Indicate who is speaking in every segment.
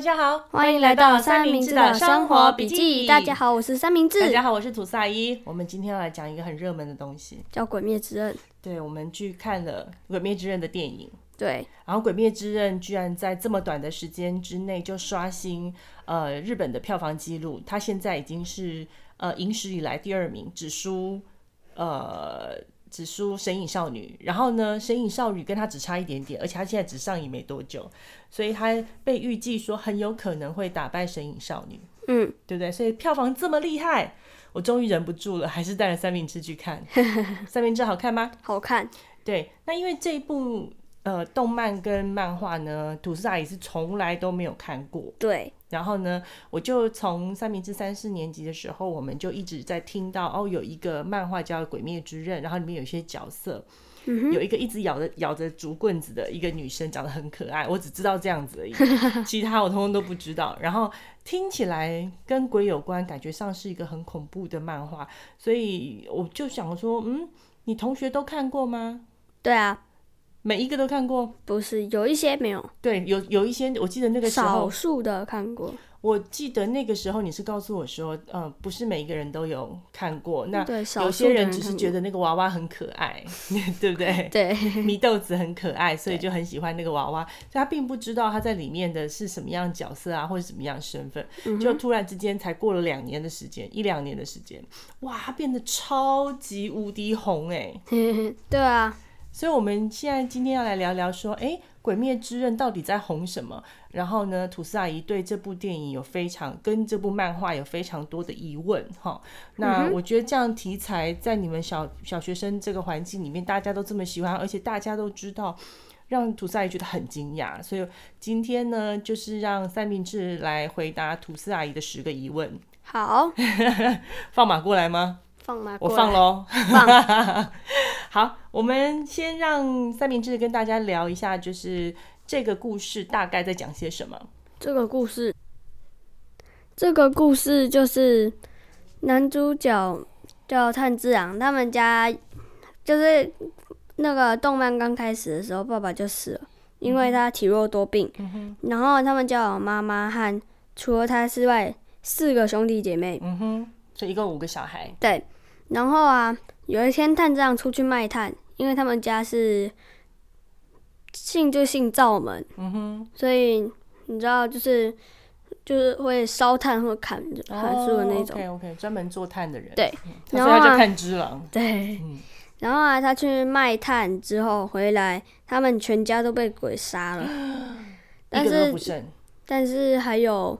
Speaker 1: 家好，
Speaker 2: 欢迎来到三明治的生活笔记。大家好，我是三明治
Speaker 1: 大，家好，我是吐萨伊。我们今天要来讲一个很热门的东西，
Speaker 2: 叫《鬼灭之刃》。
Speaker 1: 对，我们去看了《鬼灭之刃》的电影，
Speaker 2: 对，
Speaker 1: 然后《鬼灭之刃》居然在这么短的时间之内就刷新呃日本的票房纪录，它现在已经是呃影史以来第二名，只输呃只输《神隐少女》。然后呢，《神隐少女》跟它只差一点点，而且它现在只上映没多久，所以它被预计说很有可能会打败《神隐少女》，
Speaker 2: 嗯，
Speaker 1: 对不对？所以票房这么厉害，我终于忍不住了，还是带了三明治去看。三明治好看吗？
Speaker 2: 好看，
Speaker 1: 对，那因为这一部呃动漫跟漫画呢，土司阿姨是从来都没有看过。
Speaker 2: 对，
Speaker 1: 然后呢，我就从三明治三四年级的时候，我们就一直在听到哦，有一个漫画叫《鬼灭之刃》，然后里面有一些角色，有一个一直咬着咬着竹棍子的一个女生，长得很可爱，我只知道这样子而已，其他我通通都不知道。然后听起来跟鬼有关，感觉上是一个很恐怖的漫画，所以我就想说，嗯，你同学都看过吗？
Speaker 2: 对啊，
Speaker 1: 每一个都看过，
Speaker 2: 不是有一些没有，
Speaker 1: 对，有有一些，我记得那个时
Speaker 2: 少
Speaker 1: 候，
Speaker 2: 数的看过，
Speaker 1: 我记得那个时候你是告诉我说，呃，不是每一个人都有看过，那
Speaker 2: 对，少
Speaker 1: 有
Speaker 2: 数的
Speaker 1: 些人只是
Speaker 2: 看
Speaker 1: 觉
Speaker 2: 过，
Speaker 1: 得那个娃娃很可 爱，对不对？
Speaker 2: 对，
Speaker 1: 祢豆子很可爱，所以就很喜欢那个娃娃，所以他并不知道他在里面的是什么样的角色啊，或者什么样的身份，
Speaker 2: 嗯
Speaker 1: 就突然之间才过了两年的时间，一两年的时间，哇，他变得超级无敌红哎、
Speaker 2: 对啊，
Speaker 1: 所以，我们现在今天要来聊聊说，诶，鬼灭之刃》到底在红什么？然后呢，吐司阿姨对这部电影有非常跟这部漫画有非常多的疑问哈。那我觉得这样题材在你们小小学生这个环境里面，大家都这么喜欢，而且大家都知道，让吐司阿姨觉得很惊讶。所以今天呢，就是让三明治来回答吐司阿姨的十个疑问。
Speaker 2: 好，
Speaker 1: 放马过来吗？
Speaker 2: 放马
Speaker 1: 我
Speaker 2: 过来，
Speaker 1: 放喽。
Speaker 2: 放
Speaker 1: 好，我们先让三明治跟大家聊一下，就是这个故事大概在讲些什么。
Speaker 2: 这个故事，这个故事就是男主角叫炭治郎，他们家就是那个动漫刚开始的时候，爸爸就死了，因为他体弱多病。然后他们叫妈妈和除了他之外四个兄弟姐妹。
Speaker 1: 嗯哼，所以一共五个小孩。
Speaker 2: 对，然后啊，有一天炭治郎出去卖炭，因为他们家是姓就姓灶门，
Speaker 1: 嗯哼，
Speaker 2: 所以你知道，就是就是会烧炭或砍砍树的那种。
Speaker 1: OK OK，专哦门做炭的人。
Speaker 2: 对
Speaker 1: 嗯，所以
Speaker 2: 然后啊
Speaker 1: 他叫炭之郎。
Speaker 2: 对，
Speaker 1: 嗯
Speaker 2: 然后啊，他去卖炭之后回来，他们全家都被鬼杀 了，但
Speaker 1: 一个都
Speaker 2: 是
Speaker 1: 不剩。
Speaker 2: 但是还有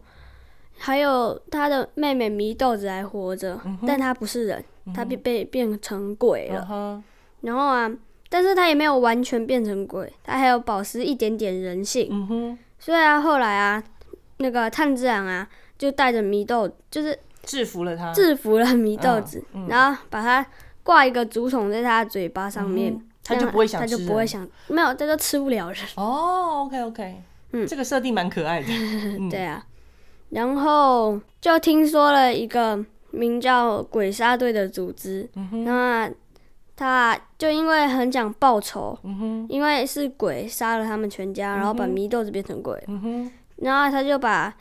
Speaker 2: 还有他的妹妹祢豆子还活着，但她不是人，她被被变成鬼了
Speaker 1: 嗯。哼，
Speaker 2: 然后啊，但是她也没有完全变成鬼，她还有保持一点点人性。
Speaker 1: 嗯哼，
Speaker 2: 所以啊，后来啊，那个炭治郎啊，就带着祢豆，就是
Speaker 1: 制服了他。
Speaker 2: 制服了祢豆子，
Speaker 1: 嗯嗯嗯
Speaker 2: 然后把它挂一个竹筒在它的嘴巴上面，
Speaker 1: 嗯他
Speaker 2: 这
Speaker 1: 就
Speaker 2: 样
Speaker 1: 不会想
Speaker 2: 它
Speaker 1: 吃
Speaker 2: 就
Speaker 1: 人。
Speaker 2: 不会想，没有，它就吃不了人。
Speaker 1: 哦，OK OK，
Speaker 2: 嗯
Speaker 1: 这个设定蛮可爱的。嗯
Speaker 2: 对啊，然后就听说了一个名叫“鬼杀队”的组织，
Speaker 1: 嗯
Speaker 2: 那他就因为很想报仇，
Speaker 1: 嗯
Speaker 2: 因为是鬼杀了他们全家，然后把祢豆子变成鬼，
Speaker 1: 嗯哼，
Speaker 2: 然后他就把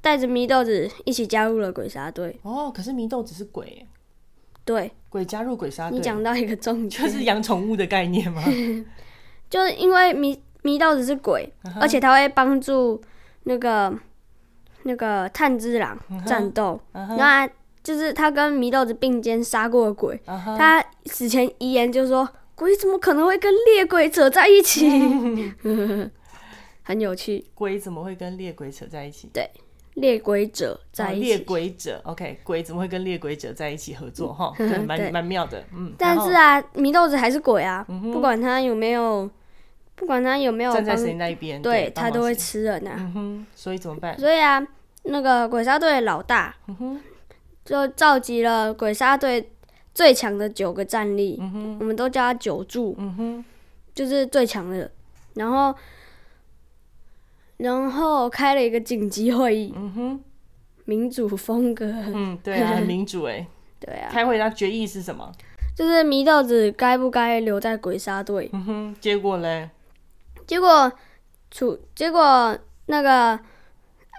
Speaker 2: 带着祢豆子一起加入了鬼杀队。
Speaker 1: 哦，可是祢豆只是鬼，
Speaker 2: 对
Speaker 1: 鬼加入鬼杀
Speaker 2: 你
Speaker 1: 队，
Speaker 2: 讲到一个重点，
Speaker 1: 啊就是养宠物的概念吗？
Speaker 2: 就是因为祢祢豆子是鬼，
Speaker 1: 嗯
Speaker 2: 而且他会帮助那个那个炭治郎
Speaker 1: 嗯
Speaker 2: 战斗，那、就是他跟祢豆子并肩杀过的鬼。
Speaker 1: 啊哈，
Speaker 2: 他死前遗言就说：“鬼怎么可能会跟猎鬼扯在一起？”很有趣，
Speaker 1: 鬼怎么会跟猎鬼扯在一起？
Speaker 2: 猎鬼者在
Speaker 1: 哦
Speaker 2: 一
Speaker 1: 猎
Speaker 2: 起。
Speaker 1: 鬼者，OK，鬼怎么会跟猎鬼者在一起合作 哈？
Speaker 2: 嗯
Speaker 1: 对蛮
Speaker 2: 对
Speaker 1: 蛮妙的，嗯。
Speaker 2: 但是
Speaker 1: 然
Speaker 2: 啊，祢豆子还是鬼啊，
Speaker 1: 嗯哼
Speaker 2: 不管他有没有，不管他有没有
Speaker 1: 后站在
Speaker 2: 帮，
Speaker 1: 谁那一边，
Speaker 2: 对
Speaker 1: 帮
Speaker 2: 他
Speaker 1: 忙
Speaker 2: 都会
Speaker 1: 谁。
Speaker 2: 吃人啊。
Speaker 1: 嗯哼，所以怎么办？
Speaker 2: 所以啊，那个鬼杀队的老大
Speaker 1: 嗯哼，
Speaker 2: 就召集了鬼杀队最强的九个战力，
Speaker 1: 嗯哼，
Speaker 2: 我们都叫他九柱，
Speaker 1: 嗯哼，
Speaker 2: 就是最强的。然后，然后开了一个紧急会议，
Speaker 1: 嗯哼，
Speaker 2: 民主风格，
Speaker 1: 嗯，对啊，很民主哎。
Speaker 2: 对啊，
Speaker 1: 开会他决议是什么？
Speaker 2: 就是祢豆子该不该留在鬼杀队？
Speaker 1: 嗯哼，结果嘞，
Speaker 2: 结果，处结果那个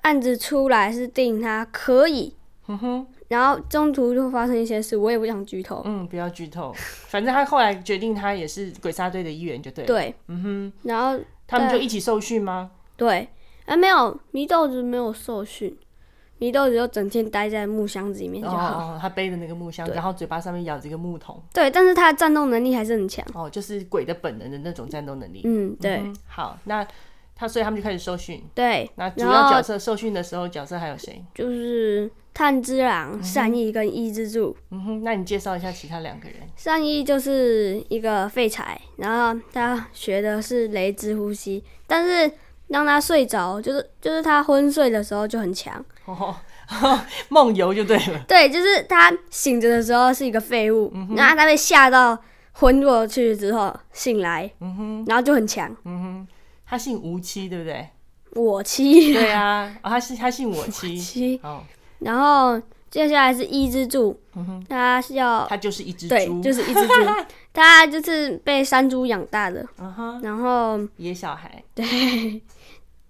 Speaker 2: 案子出来是定他可以，
Speaker 1: 哼嗯哼，
Speaker 2: 然后中途就发生一些事，我也不想剧透。
Speaker 1: 嗯，不要剧透。反正他后来决定他也是鬼杀队的一员，就对了。，
Speaker 2: 对，
Speaker 1: 嗯哼，
Speaker 2: 然后
Speaker 1: 他们就一起受训吗？
Speaker 2: 对，啊没有，祢豆子没有受训，祢豆子就整天待在木箱子里面
Speaker 1: 哦
Speaker 2: 就好。
Speaker 1: 哦，他背着那个木箱，
Speaker 2: 对
Speaker 1: 然后嘴巴上面咬着一个木桶，
Speaker 2: 对，但是他的战斗能力还是很强。
Speaker 1: 哦，就是鬼的本能的那种战斗能力。
Speaker 2: 嗯，对、
Speaker 1: 嗯哼好，那他所以他们就开始受训。
Speaker 2: 对，
Speaker 1: 那主
Speaker 2: 然
Speaker 1: 要
Speaker 2: 后
Speaker 1: 角色受训的时候，角色还有谁？
Speaker 2: 就是炭之狼、善意跟伊之助。
Speaker 1: 嗯哼，那你介绍一下其他两个人。
Speaker 2: 善意就是一个废柴，然后他学的是雷之呼吸，但是让他睡着，就是就是他昏睡的时候就很强。
Speaker 1: 哦，梦游就对了。
Speaker 2: 对，就是他醒着的时候是一个废物，
Speaker 1: 嗯
Speaker 2: 然后他被吓到昏过去之后醒来，
Speaker 1: 嗯哼，
Speaker 2: 然后就很强。
Speaker 1: 嗯哼，他姓吴七，对不对？
Speaker 2: 我妻
Speaker 1: 对啊，哦、他是他姓我七。
Speaker 2: 妻，
Speaker 1: 哦，
Speaker 2: 然后接下来是伊之助，他是要
Speaker 1: 嗯他就是一只
Speaker 2: 对，
Speaker 1: 猪，
Speaker 2: 就是一 只猪，他就是被山猪养大的，
Speaker 1: 嗯哼，
Speaker 2: 然后
Speaker 1: 野小孩。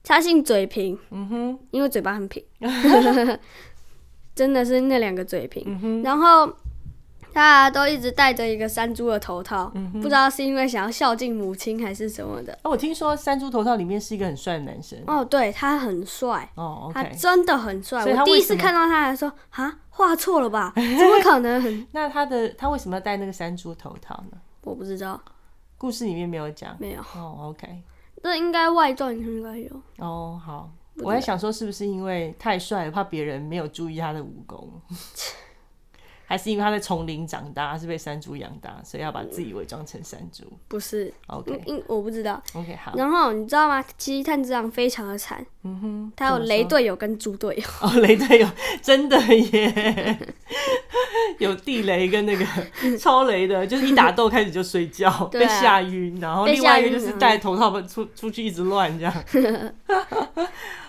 Speaker 2: 他姓嘴平，
Speaker 1: 嗯哼，
Speaker 2: 因为嘴巴 很平，真的是那两个嘴平。
Speaker 1: 嗯哼，
Speaker 2: 然后他都一直戴着一个山猪的头套，
Speaker 1: 嗯
Speaker 2: 不知道是因为想要孝敬母亲还是什么的。
Speaker 1: 哦，我听说山猪头套里面是一个很帅的男生。
Speaker 2: 哦，对他很帅，
Speaker 1: 哦
Speaker 2: 他
Speaker 1: ，OK。
Speaker 2: 真的很帅。
Speaker 1: 所以他
Speaker 2: 我第一
Speaker 1: 为什
Speaker 2: 次
Speaker 1: 么
Speaker 2: 看到他还说啊，画错 了吧？怎么可能？
Speaker 1: 那他的他为什么要戴那个山猪头套呢？
Speaker 2: 我不知道，
Speaker 1: 故事里面没有讲。
Speaker 2: 没有，
Speaker 1: 哦，OK。
Speaker 2: 这应该外传应该有。
Speaker 1: 哦，好。
Speaker 2: 知道
Speaker 1: 我在想说，是不是因为太帅了，怕别人没有注意他的武功， 还是因为他在丛林长大，是被山猪养大，所以要把自己伪装成山猪
Speaker 2: 不是，
Speaker 1: ？OK
Speaker 2: 嗯嗯，我不知道。
Speaker 1: OK，好，
Speaker 2: 然后你知道吗？其实炭治郎非常的惨，
Speaker 1: 嗯哼，
Speaker 2: 他有
Speaker 1: 怎么
Speaker 2: 雷
Speaker 1: 说
Speaker 2: 队友跟猪队友。
Speaker 1: 哦，雷队友真的耶， 有地雷跟 那个超雷的，就是一打斗开始就睡觉，
Speaker 2: 对
Speaker 1: 被
Speaker 2: 啊
Speaker 1: 吓晕，然后
Speaker 2: 被
Speaker 1: 另外
Speaker 2: 吓
Speaker 1: 一个
Speaker 2: 晕
Speaker 1: 就是
Speaker 2: 然后
Speaker 1: 戴头套出出去一直乱这样。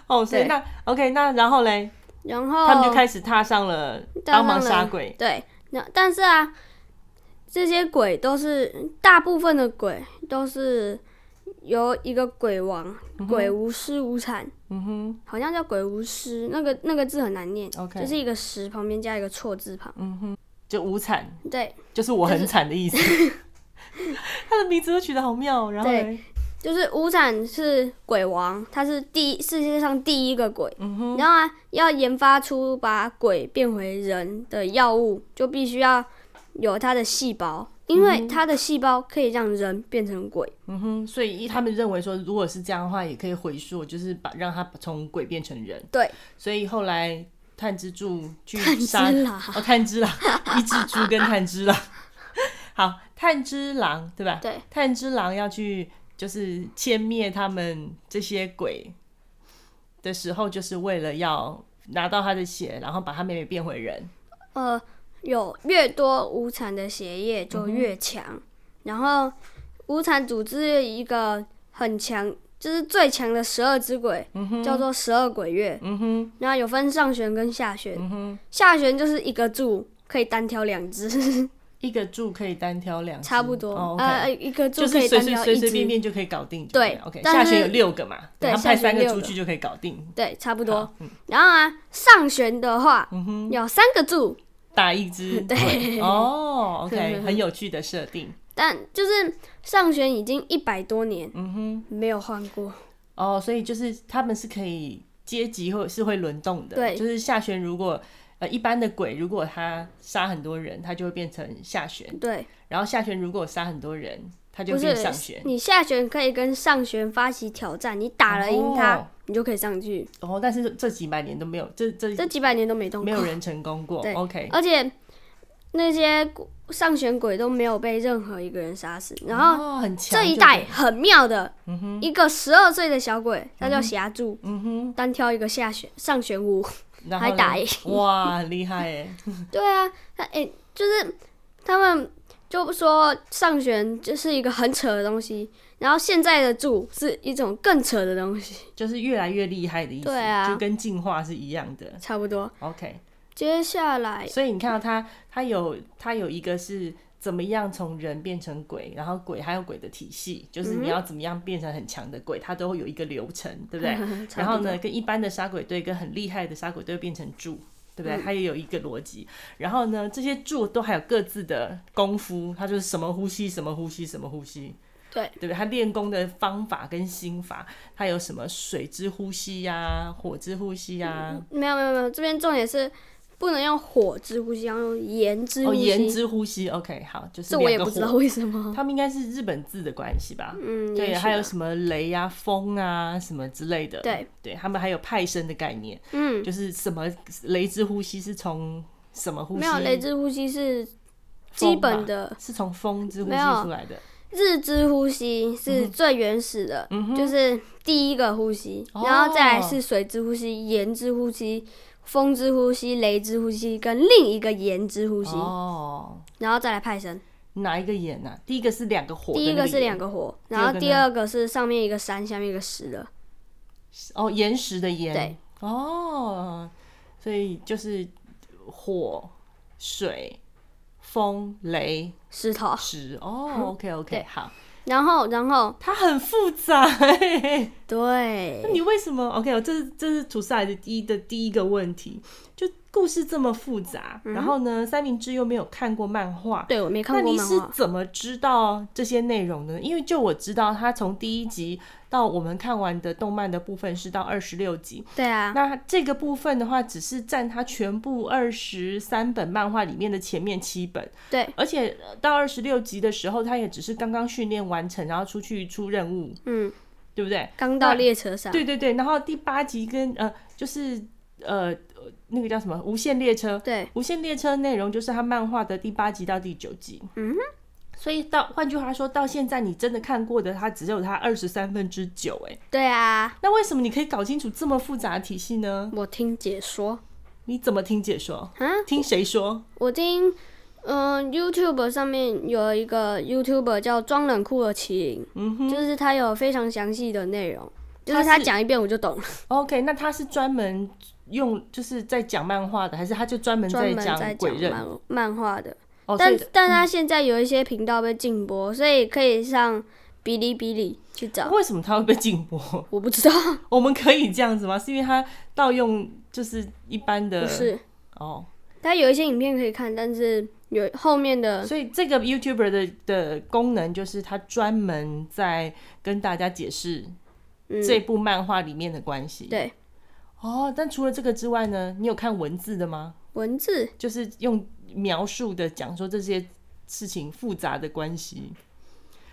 Speaker 1: 哦，所以
Speaker 2: 对哦
Speaker 1: 那 OK，那然后嘞，
Speaker 2: 然后
Speaker 1: 他们就开始踏上了帮忙
Speaker 2: 当
Speaker 1: 杀
Speaker 2: 然
Speaker 1: 鬼。
Speaker 2: 对，那但是啊，这些鬼都是大部分的鬼都是由一个鬼王、鬼无师无产，
Speaker 1: 嗯哼，
Speaker 2: 好像叫鬼无师，那个那个字很难念
Speaker 1: OK
Speaker 2: 就是一个石旁边加一个错字旁。
Speaker 1: 嗯哼，就无惨，
Speaker 2: 对，
Speaker 1: 就是我很惨的 意思。他的名字都取得好妙，然后
Speaker 2: 对
Speaker 1: 嘞，
Speaker 2: 就是无产是鬼王，他是第一世界上第一个鬼。
Speaker 1: 嗯哼，
Speaker 2: 然后啊，要研发出把鬼变回人的药物，就必须要有它的细胞，因为它的细胞可以让人变成鬼。
Speaker 1: 嗯哼，所以他们认为说，如果是这样的话，也可以回溯，就是把让他从鬼变成人。
Speaker 2: 对，
Speaker 1: 所以后来炭之助去
Speaker 2: 炭治
Speaker 1: 杀
Speaker 2: 郎
Speaker 1: 哦，炭之郎 一只猪跟炭之郎， 好，炭之郎对吧？
Speaker 2: 对，
Speaker 1: 炭之郎要去就是歼灭他们这些鬼的时候，就是为了要拿到他的血，然后把他妹妹变回人。
Speaker 2: 呃，有越多无产的血液
Speaker 1: 嗯
Speaker 2: 就越强，然后无产组织了一个很强，就是最强的十二只鬼，叫做十二鬼月。
Speaker 1: 嗯哼，
Speaker 2: 然后有分上旋跟下旋，
Speaker 1: 嗯哼，
Speaker 2: 下旋就是一个柱可以单挑两只，
Speaker 1: 一个柱可以单挑两只，
Speaker 2: 差不多，
Speaker 1: 哦，OK
Speaker 2: 呃，一个柱
Speaker 1: 就
Speaker 2: 可
Speaker 1: 是
Speaker 2: 以
Speaker 1: 随
Speaker 2: 单
Speaker 1: 随
Speaker 2: 挑
Speaker 1: 随
Speaker 2: 一
Speaker 1: 随便
Speaker 2: 只，
Speaker 1: 便就可以搞定就
Speaker 2: 对
Speaker 1: 了，OK，
Speaker 2: 但
Speaker 1: 下
Speaker 2: 是
Speaker 1: 旋有六个嘛，
Speaker 2: 对
Speaker 1: 他
Speaker 2: 下
Speaker 1: 派
Speaker 2: 旋
Speaker 1: 三个
Speaker 2: 六
Speaker 1: 出
Speaker 2: 个
Speaker 1: 去就可以搞定，
Speaker 2: 对，差不
Speaker 1: 好嗯
Speaker 2: 多。然后啊，上旋的话有三个柱，
Speaker 1: 打一只，
Speaker 2: 对
Speaker 1: 嗯哦，OK，很有趣的设定，
Speaker 2: 但就是上旋已经一百多年
Speaker 1: 嗯哼，
Speaker 2: 没有换过，
Speaker 1: 哦，所以就是他们是可以阶级或是会轮动的，
Speaker 2: 对
Speaker 1: 就是下旋如果。呃，一般的鬼如果他杀很多人，他就会变成下旋；
Speaker 2: 对。
Speaker 1: 然后下旋如果杀很多人，他就
Speaker 2: 不
Speaker 1: 变
Speaker 2: 是
Speaker 1: 上旋。
Speaker 2: 你下旋可以跟上旋发起挑战，你打了赢他，
Speaker 1: 哦
Speaker 2: 你就可以上去。
Speaker 1: 哦，但是这几百年都没有，这这
Speaker 2: 这几百年都没动
Speaker 1: 没
Speaker 2: 过，
Speaker 1: 有人欸成功过
Speaker 2: 对。
Speaker 1: OK，
Speaker 2: 而且那些上旋鬼都没有被任何一个人杀死。然后
Speaker 1: 哦，很强
Speaker 2: 这一
Speaker 1: 就
Speaker 2: 代
Speaker 1: 对，
Speaker 2: 很妙的，
Speaker 1: 嗯哼，
Speaker 2: 一个十二岁的小鬼，他叫霞柱，
Speaker 1: 嗯哼，
Speaker 2: 单挑一个下旋上旋舞，
Speaker 1: 然后
Speaker 2: 还
Speaker 1: 嘞
Speaker 2: 打赢。
Speaker 1: 哇，很厉害哎！
Speaker 2: 对啊，他诶、就是他们就说上旋就是一个很扯的东西，然后现在的柱是一种更扯的东西，
Speaker 1: 就是越来越厉害的意思，
Speaker 2: 对啊
Speaker 1: 就跟进化是一样的。
Speaker 2: 差不多。
Speaker 1: OK，
Speaker 2: 接下来
Speaker 1: 所以你看到他，他有他有一个是怎么样从人变成鬼，然后鬼还有鬼的体系，就是你要
Speaker 2: 嗯
Speaker 1: 怎么样变成很强的鬼，它都会有一个流程，对不对？ 然后呢，跟一般的杀鬼队跟很厉害的杀鬼队变成柱，对不
Speaker 2: 嗯
Speaker 1: 对？它也有一个逻辑。然后呢，这些柱都还有各自的功夫，它就是什么呼吸，什么呼吸，什么呼吸。
Speaker 2: 对
Speaker 1: 对不对？他练功的方法跟心法，他有什么水之呼吸呀、火之呼吸呀、
Speaker 2: 没有没有没有，这边重点是不能用火之呼吸，要用盐嗯之
Speaker 1: 哦，
Speaker 2: 呼吸。
Speaker 1: 言之呼吸，OK，好，就是
Speaker 2: 这我也
Speaker 1: 两个
Speaker 2: 不知
Speaker 1: 火
Speaker 2: 道为什么。
Speaker 1: 他们应该是日本字的关系吧？
Speaker 2: 嗯，
Speaker 1: 对，
Speaker 2: 也许
Speaker 1: 还有
Speaker 2: 吧
Speaker 1: 什么雷呀、风啊什么之类的。
Speaker 2: 对，
Speaker 1: 对他们还有派生的概念，
Speaker 2: 嗯，
Speaker 1: 就是什么雷之呼吸是从什么呼吸？
Speaker 2: 没有雷之呼吸是
Speaker 1: 风
Speaker 2: 基本
Speaker 1: 吧
Speaker 2: 的
Speaker 1: 是从风之呼
Speaker 2: 没有
Speaker 1: 吸出来的。
Speaker 2: 日之呼吸
Speaker 1: 嗯
Speaker 2: 是最原始的，就是第一个呼吸，
Speaker 1: 哦
Speaker 2: 然后再来是水之呼吸、盐之呼吸、风之呼吸、雷之呼吸跟另一个盐之呼吸，
Speaker 1: 哦，
Speaker 2: 然后再来派生。
Speaker 1: 哪一个眼呢、啊？第一个是两个火，
Speaker 2: 第一个是两
Speaker 1: 个
Speaker 2: 个火，
Speaker 1: 第
Speaker 2: 然
Speaker 1: 二
Speaker 2: 后
Speaker 1: 个
Speaker 2: 第
Speaker 1: 呢
Speaker 2: 二个是上面一个山，下面一个石的。
Speaker 1: 哦，岩石的岩。
Speaker 2: 对，
Speaker 1: 哦，所以就是火、水、风、雷、
Speaker 2: 石头，
Speaker 1: 石。哦，OK OK，
Speaker 2: 嗯对
Speaker 1: 好，
Speaker 2: 然后，然后，
Speaker 1: 它很复 杂、欸。那
Speaker 2: 对，
Speaker 1: 你为什么？OK，这是这是吐司来的第一的第一个问题，就故事这么复杂，然后呢，三明治又没有看过漫画，
Speaker 2: 嗯对我没
Speaker 1: 那
Speaker 2: 看过
Speaker 1: 你
Speaker 2: 漫
Speaker 1: 是
Speaker 2: 画，
Speaker 1: 怎么知道这些内容呢？因为就我知道，它从第一集到我们看完的动漫的部分是到二十六集，
Speaker 2: 对啊，
Speaker 1: 那这个部分的话，只是占它全部二十三本漫画里面的前面七本，
Speaker 2: 对，
Speaker 1: 而且呃到二十六集的时候，他也只是刚刚训练完成，然后出去出任务，
Speaker 2: 嗯，
Speaker 1: 对不对？
Speaker 2: 刚到
Speaker 1: 那
Speaker 2: 列车上，
Speaker 1: 对对对，然后第八集跟呃，就是呃呃那个叫什么《无限列车》，
Speaker 2: 对，
Speaker 1: 《无限列车》内容就是他漫画的第八集到第九集。嗯所以到换句话说，到现在你真的看过的，它只有它二十三分之九。哎，
Speaker 2: 对啊，
Speaker 1: 那为什么你可以搞清楚这么复杂的体系呢？
Speaker 2: 我听解说
Speaker 1: 你怎么听解说？
Speaker 2: 啊，
Speaker 1: 听谁说？
Speaker 2: 我听，嗯、y o u t u b e 上面有一个 YouTuber 叫装冷酷的麒麟，
Speaker 1: 嗯
Speaker 2: 就是他有非常详细的内容，就是
Speaker 1: 他
Speaker 2: 他
Speaker 1: 是
Speaker 2: 讲一遍我就懂了。
Speaker 1: OK，那他是专门用就是在讲漫画的，还是他就专门
Speaker 2: 专
Speaker 1: 在
Speaker 2: 门在
Speaker 1: 讲鬼
Speaker 2: 讲
Speaker 1: 人？
Speaker 2: 漫漫画的，
Speaker 1: 哦，所
Speaker 2: 但
Speaker 1: 以嗯
Speaker 2: 但他现在有一些频道被禁播，所以可以上哔哩哔哩去找。
Speaker 1: 为什么他会被禁 播？
Speaker 2: 我不知道，
Speaker 1: 我们可以这样子吗？是因为他盗用就是一般的
Speaker 2: 不是，
Speaker 1: 哦，
Speaker 2: 他有一些影片可以看，但是有后面的
Speaker 1: 所以这个 YouTuber 的的功能就是他专门在跟大家解释
Speaker 2: 嗯，
Speaker 1: 这部漫画里面的关系。
Speaker 2: 对
Speaker 1: 哦，但除了这个之外呢，你有看文字的吗？
Speaker 2: 文字
Speaker 1: 就是用描述的讲说这些事情复杂的关系，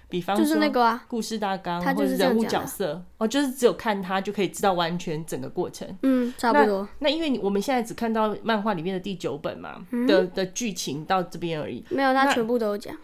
Speaker 1: 比方
Speaker 2: 就
Speaker 1: 说
Speaker 2: 是那个啊，
Speaker 1: 故事大纲
Speaker 2: 他
Speaker 1: 或
Speaker 2: 就
Speaker 1: 者
Speaker 2: 是这样
Speaker 1: 人物
Speaker 2: 讲的啊
Speaker 1: 角色，哦，就是只有看他就可以知道完全整个过程。
Speaker 2: 嗯，差不多，
Speaker 1: 那因为你我们现在只看到漫画里面的第九本嘛、
Speaker 2: 嗯
Speaker 1: 的的剧情到这边而已，
Speaker 2: 没有他
Speaker 1: 那
Speaker 2: 全部都有讲，，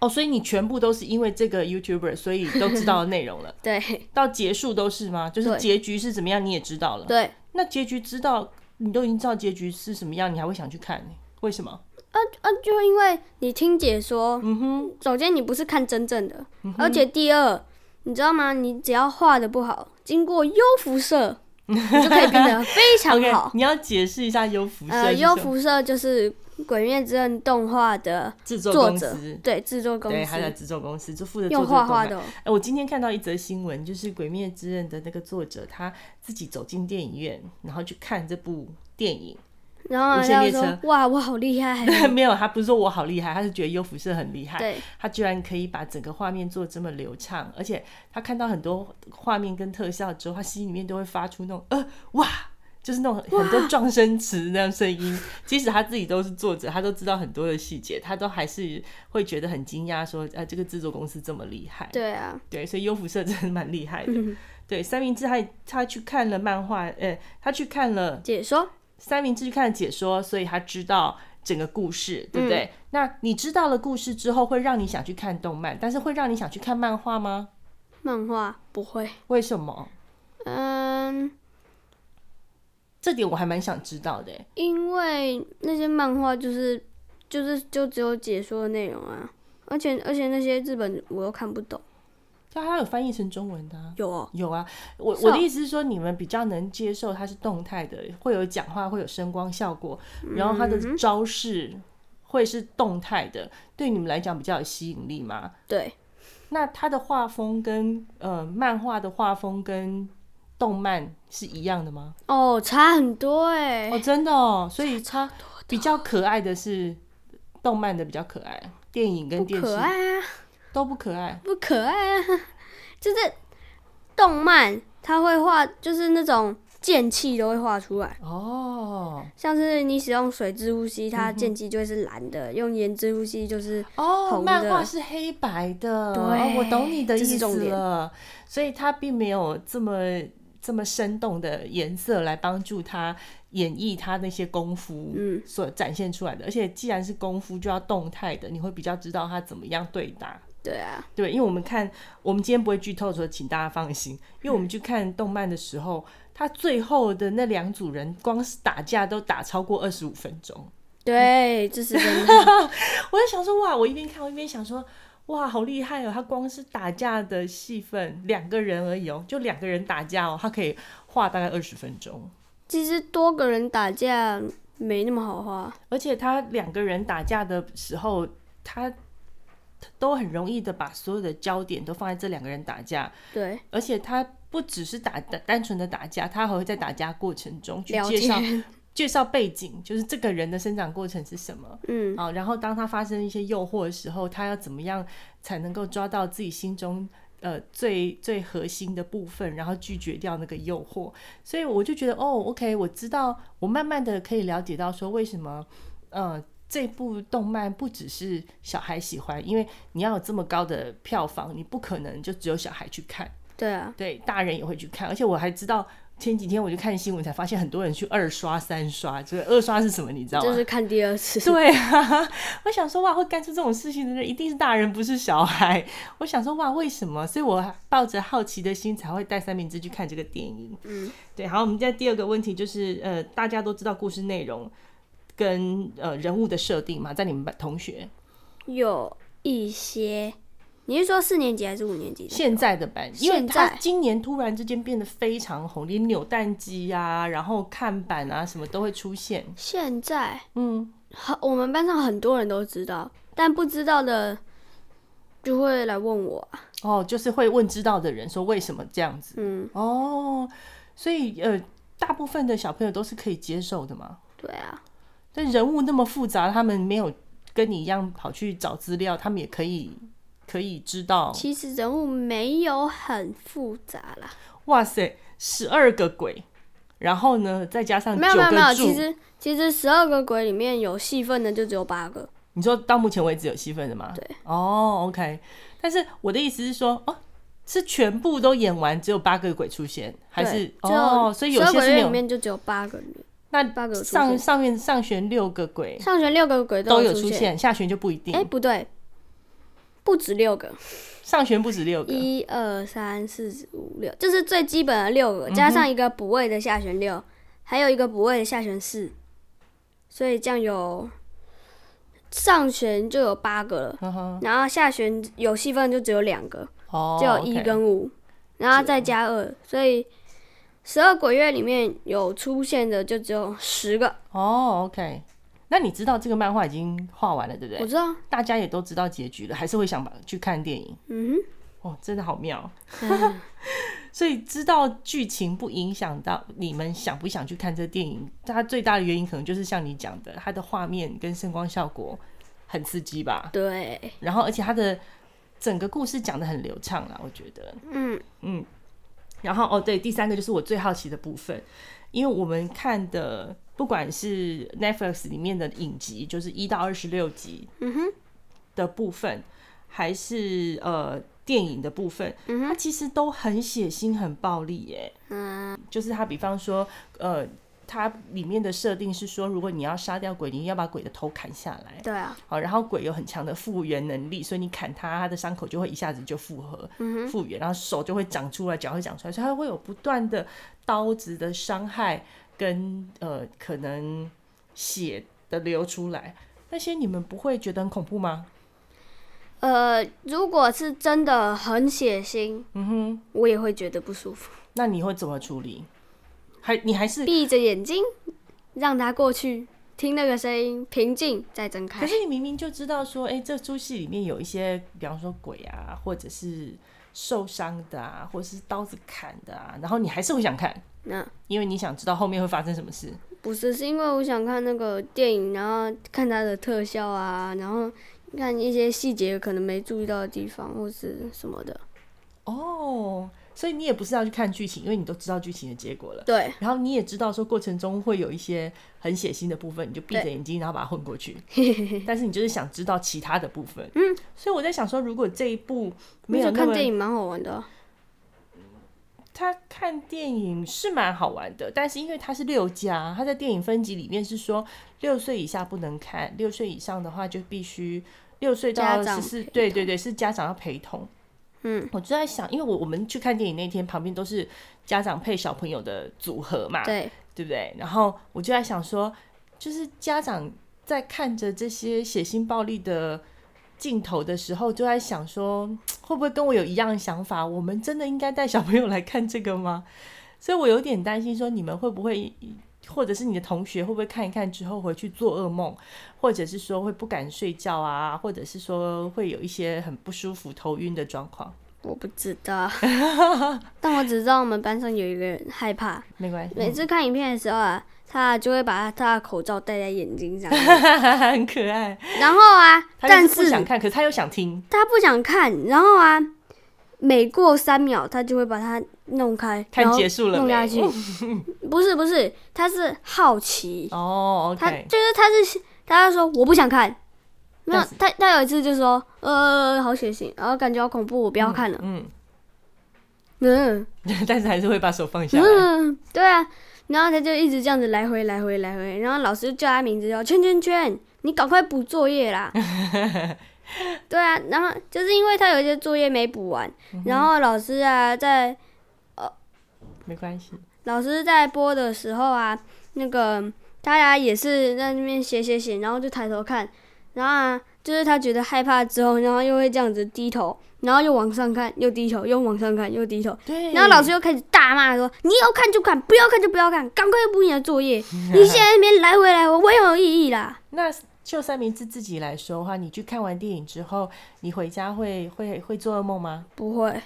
Speaker 1: 哦，所以你全部都是因为这个 YouTuber 所以都知道的内容了
Speaker 2: 对
Speaker 1: 到结束都是吗？就是
Speaker 2: 对
Speaker 1: 结局是怎么样你也知道了，
Speaker 2: 对。
Speaker 1: 那结局知道你都已经知道结局是什么样，你还会想去看、为什么？
Speaker 2: 啊，就因为你听解说，
Speaker 1: 嗯哼。嗯
Speaker 2: 首先你不是看真正的，而且第二，你知道吗？你只要画的不好，经过优辐 射，你就可以变得非常
Speaker 1: OK，
Speaker 2: 好。
Speaker 1: 你要解释一下优辐射
Speaker 2: 呃，
Speaker 1: 是什么
Speaker 2: 优辐射就是《鬼灭之刃》动画的
Speaker 1: 制作
Speaker 2: 作
Speaker 1: 公
Speaker 2: 者
Speaker 1: 司，，
Speaker 2: 对制作公
Speaker 1: 对，他在
Speaker 2: 司
Speaker 1: 制作公司就负责做
Speaker 2: 用
Speaker 1: 这个
Speaker 2: 画
Speaker 1: 动
Speaker 2: 画
Speaker 1: 漫。
Speaker 2: 的哦，
Speaker 1: 哎、我今天看到一则新闻，就是《鬼灭之刃》的那个作者，他自己走进电影院，然后去看这部电影。
Speaker 2: 然后
Speaker 1: 无
Speaker 2: 人
Speaker 1: 限
Speaker 2: 家
Speaker 1: 列
Speaker 2: 就说
Speaker 1: 车：“
Speaker 2: 哇，我好 厉害哦！”
Speaker 1: 没有，他不是说我好厉害，他是觉得优辐射很厉害。
Speaker 2: 对，
Speaker 1: 他居然可以把整个画面做这么流畅，而且他看到很多画面跟特效之后，他心里面都会发出那种呃哇，就是那种很多撞声词那样声 音。即使他自己都是作者，他都知道很多的细节，他都还是会觉得很惊讶，说呃这个制作公司这么厉害。
Speaker 2: 对啊，
Speaker 1: 对，所以优辐射真的蛮厉害的。
Speaker 2: 嗯
Speaker 1: 对，三明治他他去看了漫画，呃，他去看了
Speaker 2: 解说
Speaker 1: 三明治看了解说，所以他知道整个故
Speaker 2: 嗯
Speaker 1: 事，对不对？那你知道了故事之后，会让你想去看动漫，但是会让你想去看漫画吗？
Speaker 2: 漫画不会，
Speaker 1: 为什么？
Speaker 2: 嗯，
Speaker 1: 这点我还蛮想知道的欸。
Speaker 2: 因为那些漫画就是就是就只有解说的内容啊，而且而且那些日本我又看不懂。
Speaker 1: 它它有翻译成中文的、啊。
Speaker 2: 有哦，
Speaker 1: 有啊，我
Speaker 2: 是哦
Speaker 1: 我的意思是说，你们比较能接受
Speaker 2: 嗯
Speaker 1: 它是动态的，会有讲话，会有声光效果，然后它的招式会是动态的，对你们来讲比较有吸引力吗？
Speaker 2: 对，
Speaker 1: 那它的画风跟呃漫画的画风跟动漫是一样的吗？
Speaker 2: 哦，差很多哎、
Speaker 1: 哦，真的哦，所以它比较可爱的是动漫的比较可爱，电影跟
Speaker 2: 不
Speaker 1: 电
Speaker 2: 可
Speaker 1: 视
Speaker 2: 爱啊，
Speaker 1: 都不可爱。
Speaker 2: 不可爱啊， 就是动漫它会画，就是那种剑气都会画出来，
Speaker 1: 哦
Speaker 2: 像是你使用水之呼吸，它剑气就会是蓝的；用岩之呼吸就是
Speaker 1: 哦，
Speaker 2: 红
Speaker 1: 漫画
Speaker 2: 的
Speaker 1: 是黑白的，
Speaker 2: 对
Speaker 1: 哦我懂你的
Speaker 2: 这是
Speaker 1: 意
Speaker 2: 重
Speaker 1: 思
Speaker 2: 点
Speaker 1: 了，所以它并没有这么这么生动的颜色来帮助他演绎他那些功夫，
Speaker 2: 嗯，
Speaker 1: 所展现出来的。而且既然是功夫，就要动态的，你会比较知道他怎么样对打。
Speaker 2: 对啊，
Speaker 1: 对，因为我们看，我们今天不会剧透，所以请大家放心。因为我们去看动漫的时候，他最后的那两组人光是打架都打超过二十五分钟，
Speaker 2: 对，这是真的。
Speaker 1: 我在想说，哇，我一边看我一边想说，哇，好厉害哦！他光是打架的戏份，两个人而已哦，就两个人打架哦，他可以画大概二十分钟，
Speaker 2: 其实多个人打架没那么好画，
Speaker 1: 而且他两个人打架的时候，他他都很容易的把所有的焦点都放在这两个人打架，
Speaker 2: 对，
Speaker 1: 而且他不只是打单单纯的打架，他还会在打架过程中去
Speaker 2: 聊
Speaker 1: 介绍
Speaker 2: 天，
Speaker 1: 介绍背景，就是这个人的生长过程是什么。
Speaker 2: 嗯，
Speaker 1: 好，啊然后当他发生一些诱惑的时候，他要怎么样才能够抓到自己心中呃最最核心的部分，然后拒绝掉那个诱惑？所以我就觉得，哦，OK，我知道，我慢慢的可以了解到说为什么，呃。这部动漫不只是小孩喜欢，因为你要有这么高的票房，你不可能就只有小孩去看，
Speaker 2: 对啊，
Speaker 1: 对，大人也会去看。而且我还知道前几天我就看新闻才发现，很多人去二刷、三刷，这个二刷是什么？你知道吗？
Speaker 2: 就是看第二次，
Speaker 1: 对啊，我想说哇，会干出这种事情的人一定是大人，不是小孩。 我想说哇，为什么？所以我抱着好奇的心才会带三明治去看这个电影。
Speaker 2: 嗯，
Speaker 1: 对。好，我们现在第二个问题就是，呃，大家都知道故事内容跟呃人物的设定嘛，在你们班同学
Speaker 2: 有一些，你是说四年级还是五年级的？
Speaker 1: 现在的班，因为
Speaker 2: 现
Speaker 1: 他
Speaker 2: 在
Speaker 1: 今年突然之间变得非常红，连扭蛋机啊，然后看板啊什么都会出现。
Speaker 2: 现在
Speaker 1: 嗯，
Speaker 2: 很，我们班上很多人都知道，但不知道的就会来问我啊。
Speaker 1: 哦，就是会问知道的人说为什么这样子。
Speaker 2: 嗯，
Speaker 1: 哦，所以呃，大部分的小朋友都是可以接受的嘛。
Speaker 2: 对啊，
Speaker 1: 但人物那么复杂，他们没有跟你一样跑去找资料，他们也可以可以知道。
Speaker 2: 其实人物没有很复杂啦，
Speaker 1: 哇塞，十二个鬼，然后呢，再加上
Speaker 2: 没有
Speaker 1: 九
Speaker 2: 没有没有，
Speaker 1: 个柱
Speaker 2: 其实其实十二个鬼里面有戏份的就只有八个，
Speaker 1: 你说到目前为止有戏份的吗？
Speaker 2: 对。
Speaker 1: 哦，OK。但是我的意思是说，哦，是全部都演完，只有八个鬼出现，还
Speaker 2: 对
Speaker 1: 是
Speaker 2: 只有
Speaker 1: 哦？所以有些
Speaker 2: 12个
Speaker 1: 是
Speaker 2: 月
Speaker 1: 没
Speaker 2: 里
Speaker 1: 有。
Speaker 2: 面就只有八个人，
Speaker 1: 那
Speaker 2: 八个有出
Speaker 1: 上
Speaker 2: 现，
Speaker 1: 上面上弦六个鬼
Speaker 2: 上学六个鬼
Speaker 1: 都有
Speaker 2: 有
Speaker 1: 出
Speaker 2: 现，
Speaker 1: 现，下弦就不一定。
Speaker 2: 哎、不对，不止六个，
Speaker 1: 上弦不止六个，
Speaker 2: 一二三四五六，这是最基本的六
Speaker 1: 嗯
Speaker 2: 个，加上一个补位的下旋六，还有一个补位的下旋四，所以这样有上旋就有八个了，
Speaker 1: 嗯哼，
Speaker 2: 然后下旋有细分就只有两个，
Speaker 1: 哦，
Speaker 2: 就有一
Speaker 1: OK
Speaker 2: 跟五，然后再加二，所以十二鬼月里面有出现的就只有十个，
Speaker 1: 哦，OK。那你知道这个漫画已经画完了，对不
Speaker 2: 我
Speaker 1: 对？
Speaker 2: 知道，
Speaker 1: 大家也都知道结局了，还是会想把去看电影。
Speaker 2: 嗯
Speaker 1: 哦，真的好妙！
Speaker 2: 哼， 嗯
Speaker 1: 所以知道剧情不影响到你们想不想去看这电影，它最大的原因可能就是像你讲的，它的画面跟声光效果很刺激吧。
Speaker 2: 对，
Speaker 1: 然后，而且它的整个故事讲的很流畅啊啦，我觉得。
Speaker 2: 嗯，
Speaker 1: 然后哦，对，第三个就是我最好奇的部分，因为我们看的不管是 Netflix 里面的影集，就是一到二十六集，
Speaker 2: 嗯哼，
Speaker 1: 的部分，还是呃电影的部分，
Speaker 2: 嗯
Speaker 1: 它其实都很血腥、很暴力耶。
Speaker 2: 嗯，
Speaker 1: 就是它，比方说，呃，它里面的设定是说，如果你要杀掉鬼，你要把鬼的头砍下来。
Speaker 2: 对啊，
Speaker 1: 好，然后鬼有很强的复原能力，所以你砍它，它的伤口就会一下子就复合、复原，然后手就会长出来，脚会长出来，所以它会有不断的刀子的伤害跟呃可能血的流出来，那些你们不会觉得很恐怖吗？
Speaker 2: 呃，如果是真的很血腥，嗯哼，我也会觉得不舒服，
Speaker 1: 那你会怎么处理？还你还是
Speaker 2: 闭着眼睛让它过去，听那个声音，平静再睁开
Speaker 1: 可。是你明明就知道说，哎、这出戏里面有一些，比方说鬼啊，或者是受伤的啊，或者是刀子砍的啊，然后你还是会想看，
Speaker 2: 那
Speaker 1: 因为你想知道后面会发生什么事。
Speaker 2: 不是，是因为我想看那个电影，然后看它的特效啊，然后看一些细节可能没注意到的地方或是什么的。
Speaker 1: 哦，所以你也不是要去看剧情，因为你都知道剧情的结果了。
Speaker 2: 对，
Speaker 1: 然后你也知道说过程中会有一些很血腥的部分，你就闭着
Speaker 2: 对
Speaker 1: 眼睛，然后把它混过 去。但是你就是想知道其他的部分。嗯，所以我在想说，如果这一部没有
Speaker 2: 就
Speaker 1: 那
Speaker 2: 看
Speaker 1: 么
Speaker 2: 电影蛮好玩的啊。
Speaker 1: 他看电影是蛮好玩的，但是因为他是六加，他在电影分级里面是说六岁以下不能看，六岁以上的话就必须六岁到
Speaker 2: 家长
Speaker 1: 十四，
Speaker 2: 陪
Speaker 1: 对对对，是家长要陪同。
Speaker 2: 嗯，
Speaker 1: 我就在想，因为我我们去看电影那天，旁边都是家长配小朋友的组合嘛，
Speaker 2: 对，
Speaker 1: 对不对？然后我就在想说，就是家长在看着这些血腥暴力的镜头的时候，就在想说，会不会跟我有一样的想法？我们真的应该带小朋友来看这个吗？所以我有点担心，说你们会不会，或者是你的同学会不会看一看之后回去做噩梦，或者是说会不敢睡觉啊，或者是说会有一些很不舒服、头晕的状况？
Speaker 2: 我不知 道，但我只知道我们班上有一个人害怕，
Speaker 1: 没关系，
Speaker 2: 每次看影片的时候啊，他就会把他的口罩戴在眼睛上面，
Speaker 1: 很可爱。
Speaker 2: 然后啊，
Speaker 1: 他就是
Speaker 2: 但
Speaker 1: 不
Speaker 2: 是
Speaker 1: 想看，可是他又想听。
Speaker 2: 他不想看，然后啊，每过三秒他就会把它弄开，
Speaker 1: 看
Speaker 2: 然后
Speaker 1: 结束了
Speaker 2: 弄
Speaker 1: 没
Speaker 2: 下去。不是不是，他是好奇，
Speaker 1: 哦
Speaker 2: 他
Speaker 1: ，OK，
Speaker 2: 就是他是他就说我不想看。没有
Speaker 1: 但是，
Speaker 2: 他他有一次就说，呃，好血腥，然后感觉好恐怖，我不要看了。
Speaker 1: 嗯，
Speaker 2: 嗯
Speaker 1: 但是还是会把手放下来。
Speaker 2: 嗯，对啊，然后他就一直这样子来回来回来回，然后老师就叫他名字叫圈圈圈，你赶快补作业 啦。对啊，然后就是因为他有一些作业没补完，
Speaker 1: 嗯
Speaker 2: 然后老师啊在
Speaker 1: 没关系，
Speaker 2: 老师在播的时候啊，那个大家也是在那边写写写，然后就抬头看，然后啊，就是他觉得害怕之后，然后又会这样子低头，然后又往上看，又低头，又往上看，又低头，
Speaker 1: 对。
Speaker 2: 然后老师又开始大骂说：“你要看就看，不要看就不要看，赶快补你的作业！你现在那边来回来回，我有意义啦。
Speaker 1: 那就三明治自己来说的话，你去看完电影之后，你回家会会会做噩梦吗？”
Speaker 2: 不会，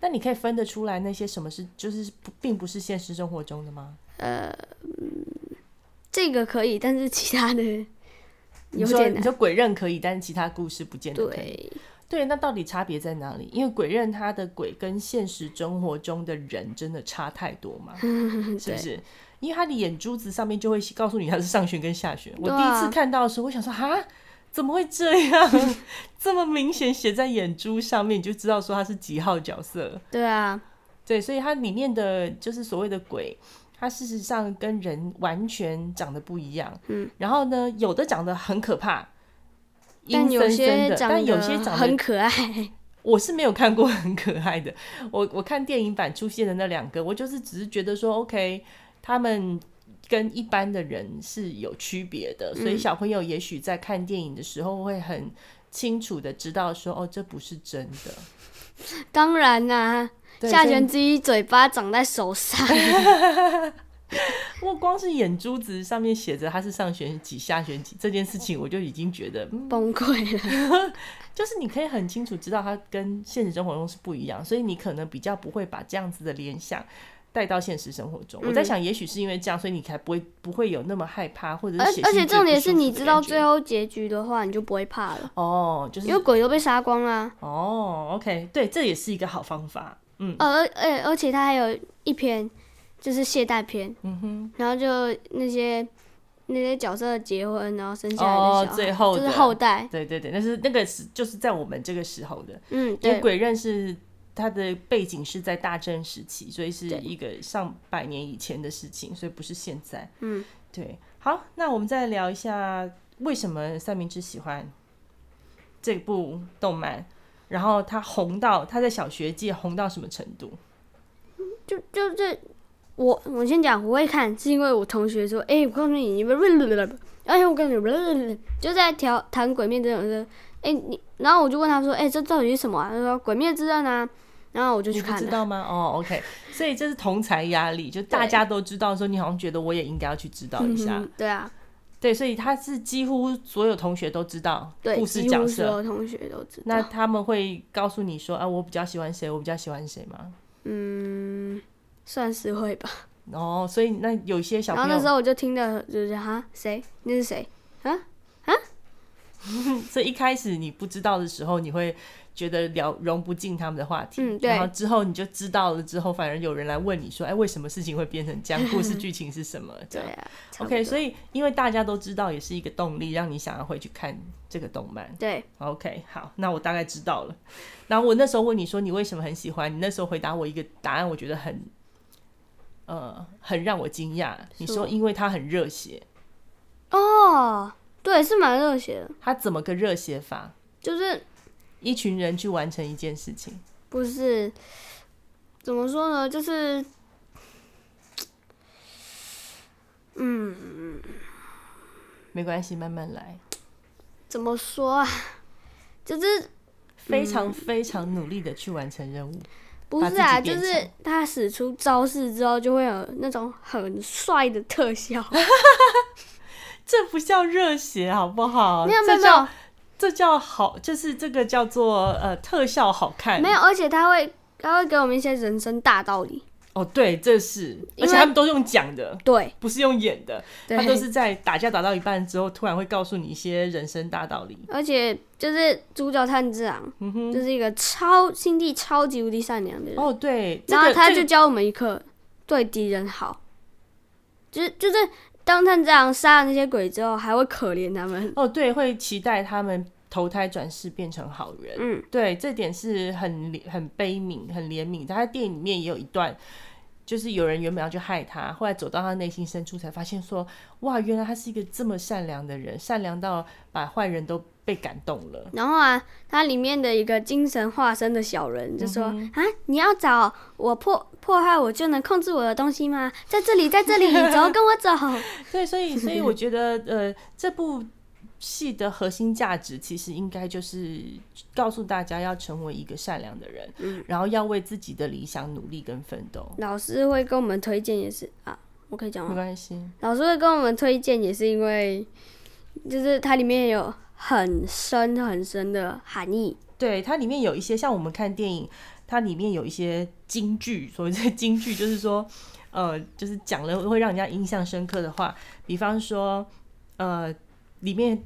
Speaker 1: 那你可以分得出来那些什么是就是不并不是现实生活中的吗？
Speaker 2: 这个可以，但是其他的
Speaker 1: 你
Speaker 2: 有
Speaker 1: 说
Speaker 2: 点
Speaker 1: 你
Speaker 2: 难。
Speaker 1: 说鬼刃可以，但是其他故事不见得可以。
Speaker 2: 对，
Speaker 1: 对，那到底差别在哪里？因为鬼刃他的鬼跟现实生活中的人真的差太多 嘛，是不是？因为他的眼珠子上面就会告诉你他是上旋跟下旋。我
Speaker 2: 对
Speaker 1: 第一
Speaker 2: 啊
Speaker 1: 次看到的时候，我想说哈，怎么会这样？ 这么明显写在眼珠上面，你就知道说他是几号角色了。
Speaker 2: 对啊，
Speaker 1: 对，所以它里面的就是所谓的鬼，它事实上跟人完全长得不一样。嗯，然后呢，有的长得很可怕，阴
Speaker 2: 但有
Speaker 1: 森森
Speaker 2: 些
Speaker 1: 的，
Speaker 2: 长
Speaker 1: 但有些
Speaker 2: 得
Speaker 1: 长
Speaker 2: 很
Speaker 1: 得
Speaker 2: 可爱。
Speaker 1: 我是没有看过很可爱的。 我我看电影版出现的那两个，我就是只是觉得说，OK，他们。跟一般的人是有区别的，所以小朋友也许在看电影的时候会很清楚的知道说，哦，这不是真的。
Speaker 2: 当然啦、
Speaker 1: 对
Speaker 2: 下
Speaker 1: 所以
Speaker 2: 旋之一嘴巴长在手上，
Speaker 1: 不过光是眼珠子上面写着他是上旋几下旋几这件事情，我就已经觉得，嗯，
Speaker 2: 崩溃了。
Speaker 1: 就是你可以很清楚知道它跟现实生活中是不一样，所以你可能比较不会把这样子的联想带到现实生活中。
Speaker 2: 嗯
Speaker 1: 我在想，也许是因为这样，所以你才不会不会有那么害怕，或者
Speaker 2: 而
Speaker 1: 是写信
Speaker 2: 而且
Speaker 1: 最
Speaker 2: 重点是
Speaker 1: 不舒服的
Speaker 2: 你知道
Speaker 1: 感觉
Speaker 2: 最后结局的话，你就不会怕了，
Speaker 1: 哦，就是
Speaker 2: 因为鬼都被杀光啦、
Speaker 1: 哦，OK，对，这也是一个好方法。嗯，
Speaker 2: 呃，而而而且他还有一篇就是懈怠篇，
Speaker 1: 嗯
Speaker 2: 然后就那些那些角色结婚，然后生下来的
Speaker 1: 哦
Speaker 2: 小孩，
Speaker 1: 最后
Speaker 2: 就是
Speaker 1: 的
Speaker 2: 后代，
Speaker 1: 对对对，那是那个是就是在我们这个时候的，因
Speaker 2: 嗯，
Speaker 1: 为
Speaker 2: 对，
Speaker 1: 鬼刃是它的背景是在大正时期，所以是
Speaker 2: 对
Speaker 1: 一个上百年以前的事情，所以不是现在。
Speaker 2: 嗯，
Speaker 1: 对。好，那我们再聊一下为什么三明治喜欢这部动漫，然后它红到它在小学界红到什么程度？
Speaker 2: 就就这，我我先讲，我会看是因为我同学说，哎、我告诉你，你们而且我跟你们就在调谈《鬼灭之刃》的，哎、你，然后我就问他说，哎、这到底是什么啊？他说《鬼灭之刃》啊，然后我就
Speaker 1: 你
Speaker 2: 去
Speaker 1: 不
Speaker 2: 看
Speaker 1: 知
Speaker 2: 了，
Speaker 1: 道吗？哦，OK，所 以这是同才压力，就大
Speaker 2: 对
Speaker 1: 家都知道，说你好像觉得我也应该要去知道一下。
Speaker 2: 嗯对啊，
Speaker 1: 对，所以他是几乎所有同学都知道
Speaker 2: 对，
Speaker 1: 故事
Speaker 2: 几
Speaker 1: 角
Speaker 2: 乎所
Speaker 1: 色。
Speaker 2: 有同学都知
Speaker 1: 那
Speaker 2: 道。
Speaker 1: 他们会告诉你说啊，我比较喜欢谁，我比较喜欢谁吗？
Speaker 2: 嗯，算是会吧。
Speaker 1: 哦，所以那有些小
Speaker 2: 然后
Speaker 1: 朋
Speaker 2: 那时
Speaker 1: 友，
Speaker 2: 候我就听的就是哈谁那是谁啊？
Speaker 1: 所以一开始你不知道的时候，你会觉得聊融不进他们的话题。
Speaker 2: 嗯对
Speaker 1: 然后之后你就知道了之后，反而有人来问你说，哎，为什么事情会变成这样？ 故事剧情是什么？这
Speaker 2: 对
Speaker 1: 样。
Speaker 2: 啊差不
Speaker 1: OK，
Speaker 2: 多
Speaker 1: 所以因为大家都知道，也是一个动力，让你想要回去看这个动漫。
Speaker 2: 对
Speaker 1: OK，好，那我大概知道了。然后我那时候问你说你为什么很喜欢，你那时候回答我一个答案，我觉得很，呃，很让我惊讶。你
Speaker 2: 是
Speaker 1: 说
Speaker 2: 吗
Speaker 1: 因为他很热血，
Speaker 2: 哦，对，是蛮热血的，
Speaker 1: 他怎么个热血法？
Speaker 2: 就是
Speaker 1: 一群人去完成一件事情，
Speaker 2: 不是怎么说呢，就是
Speaker 1: 没关系，慢慢来，
Speaker 2: 怎么说啊，就是
Speaker 1: 非
Speaker 2: 嗯
Speaker 1: 常非常努力的去完成任务。
Speaker 2: 不
Speaker 1: 把
Speaker 2: 是
Speaker 1: 自己
Speaker 2: 啊，就
Speaker 1: 变
Speaker 2: 是
Speaker 1: 强
Speaker 2: 他使出招式之后，就会有那种很帅的特效，
Speaker 1: 哦这不叫热血，好不好？
Speaker 2: 没有没有
Speaker 1: 这
Speaker 2: 没有
Speaker 1: 叫这叫好，就是这个叫做呃特效好看。
Speaker 2: 没有，而且他会他会给我们一些人生大道理，
Speaker 1: 哦，对，这是，
Speaker 2: 因为
Speaker 1: 而且他们都用讲的，
Speaker 2: 对
Speaker 1: 不是用演的。
Speaker 2: 对，
Speaker 1: 他都是在打架打到一半之后，突然会告诉你一些人生大道理。
Speaker 2: 而且就是主角炭治郎，
Speaker 1: 嗯
Speaker 2: 就是一个超心地超级无敌善良的人，
Speaker 1: 哦，对，这
Speaker 2: 然后
Speaker 1: 个
Speaker 2: 他
Speaker 1: 这
Speaker 2: 就
Speaker 1: 个
Speaker 2: 教我们一课，对敌人好，就是就是当炭治郎杀了那些鬼之后，还会可怜他们，
Speaker 1: 哦，对，会期待他们投胎转世变成好人。
Speaker 2: 嗯，
Speaker 1: 对，这点是很怜很悲悯、很怜悯的。他电影里面也有一段，就是有人原本要去害他，后来走到他内心深处才发现说，哇，原来他是一个这么善良的人，善良到把坏人都被感动了。
Speaker 2: 然后啊，它里面的一个精神化身的小人就说、
Speaker 1: 嗯
Speaker 2: 啊，你要找我破迫害我就能控制我的东西吗？在这里，在这里， 走，跟我走。
Speaker 1: 对，所以所以我觉得，呃，这部戏的核心价值其实应该就是告诉大家要成为一个善良的人，然后要为自己的理想努力跟奋斗。
Speaker 2: 老师会跟我们推荐也是啊，我可以讲
Speaker 1: 没
Speaker 2: 吗？
Speaker 1: 关系，
Speaker 2: 老师会跟我们推荐也是因为，就是它里面有很深很深的含义。
Speaker 1: 对它里面有一些像我们看电影，它里面有一些金句，所谓的 金句就是说，呃，就是讲了会让人家印象深刻的话，比方说，呃，里面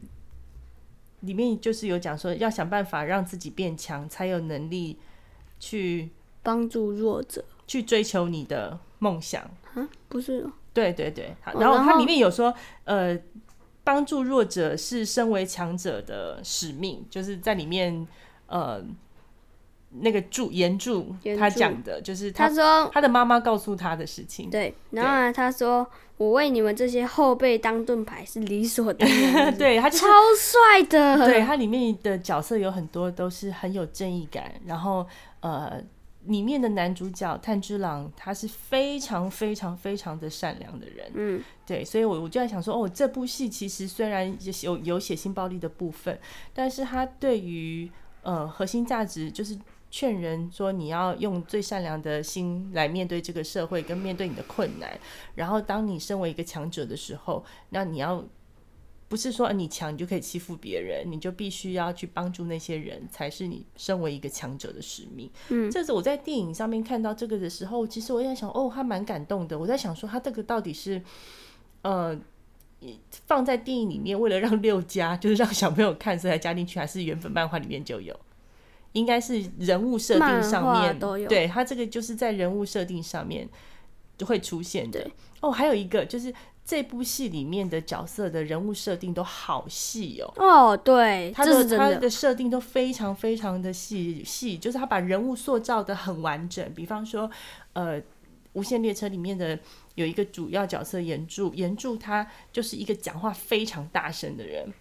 Speaker 1: 里面就是有讲说要想办法让自己变强，才有能力去
Speaker 2: 帮助弱者，
Speaker 1: 去追求你的梦想。
Speaker 2: 不是哦
Speaker 1: 对对对，好
Speaker 2: 哦
Speaker 1: 然后
Speaker 2: 然
Speaker 1: 它
Speaker 2: 后
Speaker 1: 里面有说，呃，帮助弱者是身为强者的使命，就是在里面，呃，那个助岩助
Speaker 2: 岩
Speaker 1: 他
Speaker 2: 柱
Speaker 1: 讲的，就是
Speaker 2: 他
Speaker 1: 他嗯
Speaker 2: 说
Speaker 1: 他的妈妈告诉他的事情。
Speaker 2: 对，然后啊，他说我为你们这些后辈当盾牌是理所当 然的，
Speaker 1: 对，他就是
Speaker 2: 超帅 的。
Speaker 1: 对，它里面的角色有很多都是很有正义感，然后呃，里面的男主角炭治郎他是非常非常非常的善良的人，
Speaker 2: 嗯，
Speaker 1: 对，所以我我就在想说，哦，这部戏其实虽然也有有血腥暴力的部分，但是它对于呃核心价值就是。劝人说你要用最善良的心来面对这个社会，跟面对你的困难。然后，当你身为一个强者的时候，那你要不是说呃你强你就可以欺负别人，你就必须要去帮助那些人，才是你身为一个强者的使命。
Speaker 2: 嗯
Speaker 1: 这是我在电影上面看到这个的时候，其实我也在想，哦，他蛮感动的。我在想说，他这个到底是，呃。放在电影里面，为了让六家就是让小朋友看，所以才加进去，还是原本漫画里面就有？应该是人物设定上
Speaker 2: 漫画
Speaker 1: 面
Speaker 2: 都有
Speaker 1: 对他这个就是在人物设定上面就会出现的
Speaker 2: 对。
Speaker 1: 哦，还有一个就是这部戏里面的角色的人物设定都好细哦，
Speaker 2: 哦，对，
Speaker 1: 他
Speaker 2: 这是
Speaker 1: 的
Speaker 2: 真
Speaker 1: 他
Speaker 2: 的。
Speaker 1: 的设定都非常非常的细细，就是他把人物塑造的很完整。比方说，呃，《无限列车》里面的有一个主要角色岩柱，岩柱他就是一个讲话非常大声的人，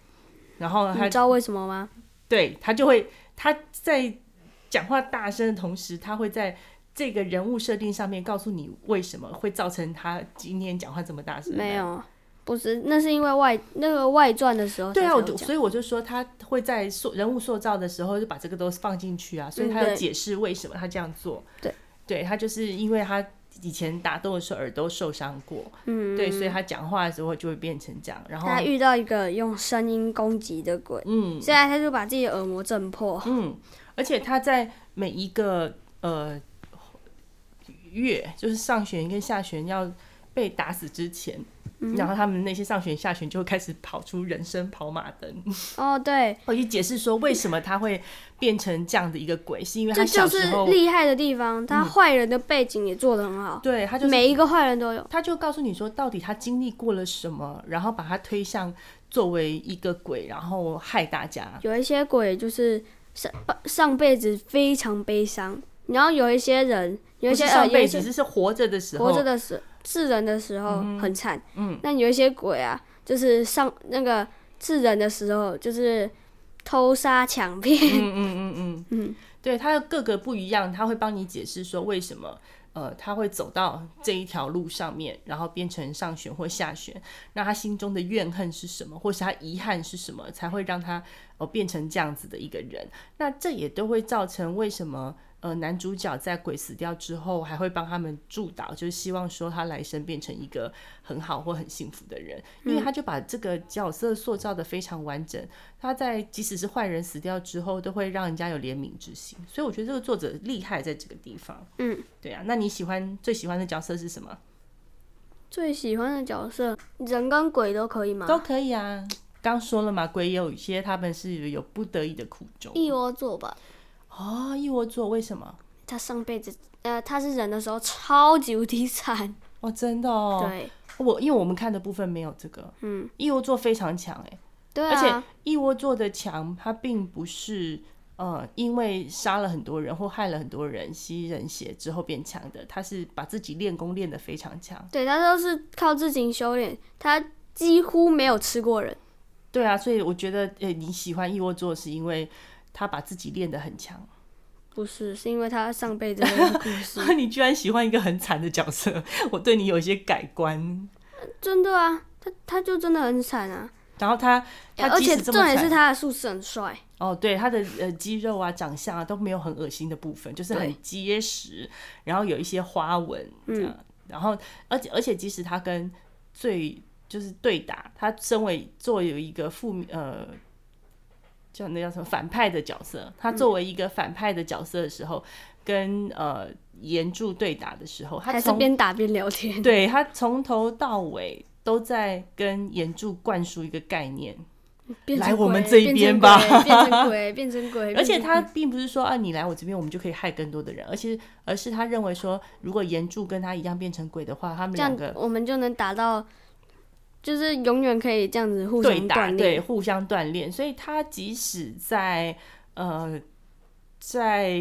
Speaker 1: 然后
Speaker 2: 你
Speaker 1: 他
Speaker 2: 知道为什么吗？
Speaker 1: 对他就会他在讲话大声的同时，他会在这个人物设定上面告诉你为什么会造成他今天讲话这么大声。
Speaker 2: 没。有，不是，那是因为外那个外传的时候才
Speaker 1: 对啊，我
Speaker 2: 才有
Speaker 1: 就
Speaker 2: 讲
Speaker 1: 所以我就说他会在塑人物塑造的时候就把这个都放进去啊，所以
Speaker 2: 嗯
Speaker 1: 他要
Speaker 2: 对
Speaker 1: 解释为什么他这样做。
Speaker 2: 对，
Speaker 1: 对他就是因为他以前打斗的时候耳朵受伤过，
Speaker 2: 嗯，
Speaker 1: 对，所以他讲话的时候就会变成这样。然后，
Speaker 2: 他遇到一个用声音攻击的鬼，
Speaker 1: 哦嗯
Speaker 2: 所以他就把自己的耳膜震破。
Speaker 1: 嗯，而且他在每一个呃月，就是上弦跟下弦要被打死之前，
Speaker 2: 嗯
Speaker 1: 然后他们那些上弦下弦就会开始跑出人生跑马灯。
Speaker 2: 哦，对，
Speaker 1: 我去解释说为什么他会变成这样的一个鬼，是因为
Speaker 2: 这
Speaker 1: 他
Speaker 2: 就
Speaker 1: 小
Speaker 2: 是
Speaker 1: 时候
Speaker 2: 厉害的地方。他坏人的背景也做得很好，
Speaker 1: 对他就是
Speaker 2: 每一个坏人都有。
Speaker 1: 他就告诉你说，到底他经历过了什么，然后把他推向作为一个鬼，然后害大家。
Speaker 2: 有一些鬼就是上呃上辈子非常悲伤，然后有一些人，有一些
Speaker 1: 不是上
Speaker 2: 呃，有
Speaker 1: 辈
Speaker 2: 一
Speaker 1: 子
Speaker 2: 些
Speaker 1: 只是活着的时候，
Speaker 2: 活着的时是人的时候很惨，嗯，那有一些鬼啊，就是上那个是人的时候就是偷杀抢
Speaker 1: 嗯
Speaker 2: 骗，
Speaker 1: 嗯嗯嗯嗯，对，他各个不一样，他会帮你解释说为什么。呃，他会走到这一条路上面，然后变成上旋或下旋。那他心中的怨恨是什么，或是他遗憾是什么，才会让他呃变成这样子的一个人？那这也都会造成为什么呃男主角在鬼死掉之后，还会帮他们祝祷，就是希望说他来生变成一个很好或很幸福的人，因为他就把这个角色塑造的非常完整。他在即使是坏人死掉之后，都会让人家有怜悯之心，所以我觉得这个作者厉害在这个地方。
Speaker 2: 嗯，
Speaker 1: 对啊。那你喜欢最喜欢的角色是什么？
Speaker 2: 最喜欢的角色人跟鬼都可以吗？
Speaker 1: 都可以啊。刚说了嘛，鬼也有一些他们是有不得已的苦衷。
Speaker 2: 一窝坐吧，
Speaker 1: 哦，一窝座为什么？
Speaker 2: 他上辈子呃他是人的时候超级无敌惨，
Speaker 1: 哦，真的哦。
Speaker 2: 对
Speaker 1: 我因为我们看的部分没有这个，嗯，一窝座非常强哎、
Speaker 2: 对
Speaker 1: 而且
Speaker 2: 啊，
Speaker 1: 一窝座的强，它并不是呃因为杀了很多人或害了很多人吸人血之后变强的，它是把自己练功练得非常强。
Speaker 2: 对他都是靠自己修炼，他几乎没有吃过人，
Speaker 1: 对啊，所以我觉得呃你喜欢一窝座是因为他把自己练得很强。
Speaker 2: 不是是因为他上辈子的故 事，
Speaker 1: 你居然喜欢一个很惨的角色，我对你有一些改观。
Speaker 2: 真的啊，他他就真的很惨啊，
Speaker 1: 然后他他
Speaker 2: 而
Speaker 1: 即
Speaker 2: 且
Speaker 1: 使这
Speaker 2: 重
Speaker 1: 么
Speaker 2: 点
Speaker 1: 惨，
Speaker 2: 是他的术士很帅。
Speaker 1: 哦，对，他的呃肌肉啊、长相啊都没有很恶心的部分，就是
Speaker 2: 对
Speaker 1: 很结实，然后有一些花纹，
Speaker 2: 嗯
Speaker 1: 嗯，然后而且而且即使他跟最就是对打，他身为作为一个负面呃。叫那叫什么反派的角色，他
Speaker 2: 嗯
Speaker 1: 作为一个反派的角色的时候，跟呃岩柱对打的时候，他
Speaker 2: 还是
Speaker 1: 从
Speaker 2: 边打边聊天。
Speaker 1: 对他从头到尾都在跟岩柱灌输一个概念，
Speaker 2: 变成
Speaker 1: 来我们
Speaker 2: 鬼
Speaker 1: 这一边吧
Speaker 2: 变成 鬼，变成鬼，变成鬼
Speaker 1: 而且他
Speaker 2: 变成
Speaker 1: 并不是说啊，你来我这边我们就可以害更多的人，而是而是他认为说，如果岩柱跟他一样变成鬼的话，他们
Speaker 2: 鬼
Speaker 1: 两
Speaker 2: 这样
Speaker 1: 个
Speaker 2: 我们就能达到，就是永远可以这样子互相
Speaker 1: 对打，
Speaker 2: 锻
Speaker 1: 对
Speaker 2: 炼。
Speaker 1: 互相锻炼。所以他即使在呃在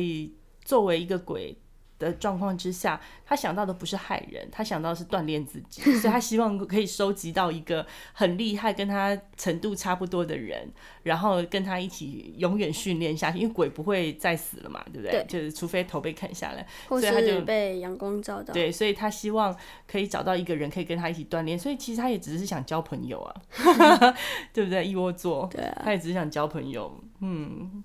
Speaker 1: 作为一个鬼。的状况之下，他想到的不是害人，他想到的是锻炼自 己，所以他希望可以收集到一个很厉害、跟他程度差不多的人，然后跟他一起永远训练下去。因为鬼不会再死了嘛，对不
Speaker 2: 对
Speaker 1: 就是除非头被砍下来。
Speaker 2: 或
Speaker 1: 所以他
Speaker 2: 是
Speaker 1: 就
Speaker 2: 被阳光照到，
Speaker 1: 对，所以他希望可以找到一个人可以跟他一起锻炼，所以其实他也只是想交朋友 啊，对不对？一窝座，
Speaker 2: 对啊。
Speaker 1: 他也只是想交朋友，嗯。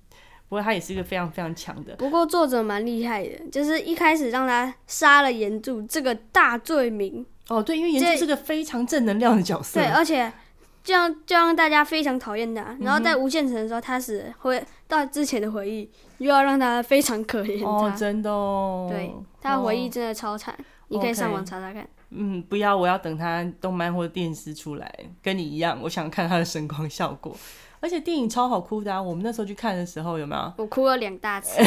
Speaker 1: 不过他也是一个非常非常强的，
Speaker 2: 不过作者蛮厉害的，就是一开始让他杀了岩柱这个大罪名，
Speaker 1: 哦，对，因为
Speaker 2: 这
Speaker 1: 岩柱是个非常正能量的角色
Speaker 2: 对，， 而且这样就让大家非常讨厌他。
Speaker 1: 嗯
Speaker 2: 然后在无限城的时候，他死了回到之前的回忆，又要让他非常可怜
Speaker 1: 哦，
Speaker 2: 他，
Speaker 1: 真的哦，
Speaker 2: 对他的回忆
Speaker 1: 哦，
Speaker 2: 真的超惨，你可以上网
Speaker 1: OK
Speaker 2: 查查看。
Speaker 1: 嗯，不要，我要等他动漫或电视出来，跟你一样，我想看他的声光效果，而且电影超好哭的、啊，我们那时候去看的时候有没有？
Speaker 2: 我哭了两 大次，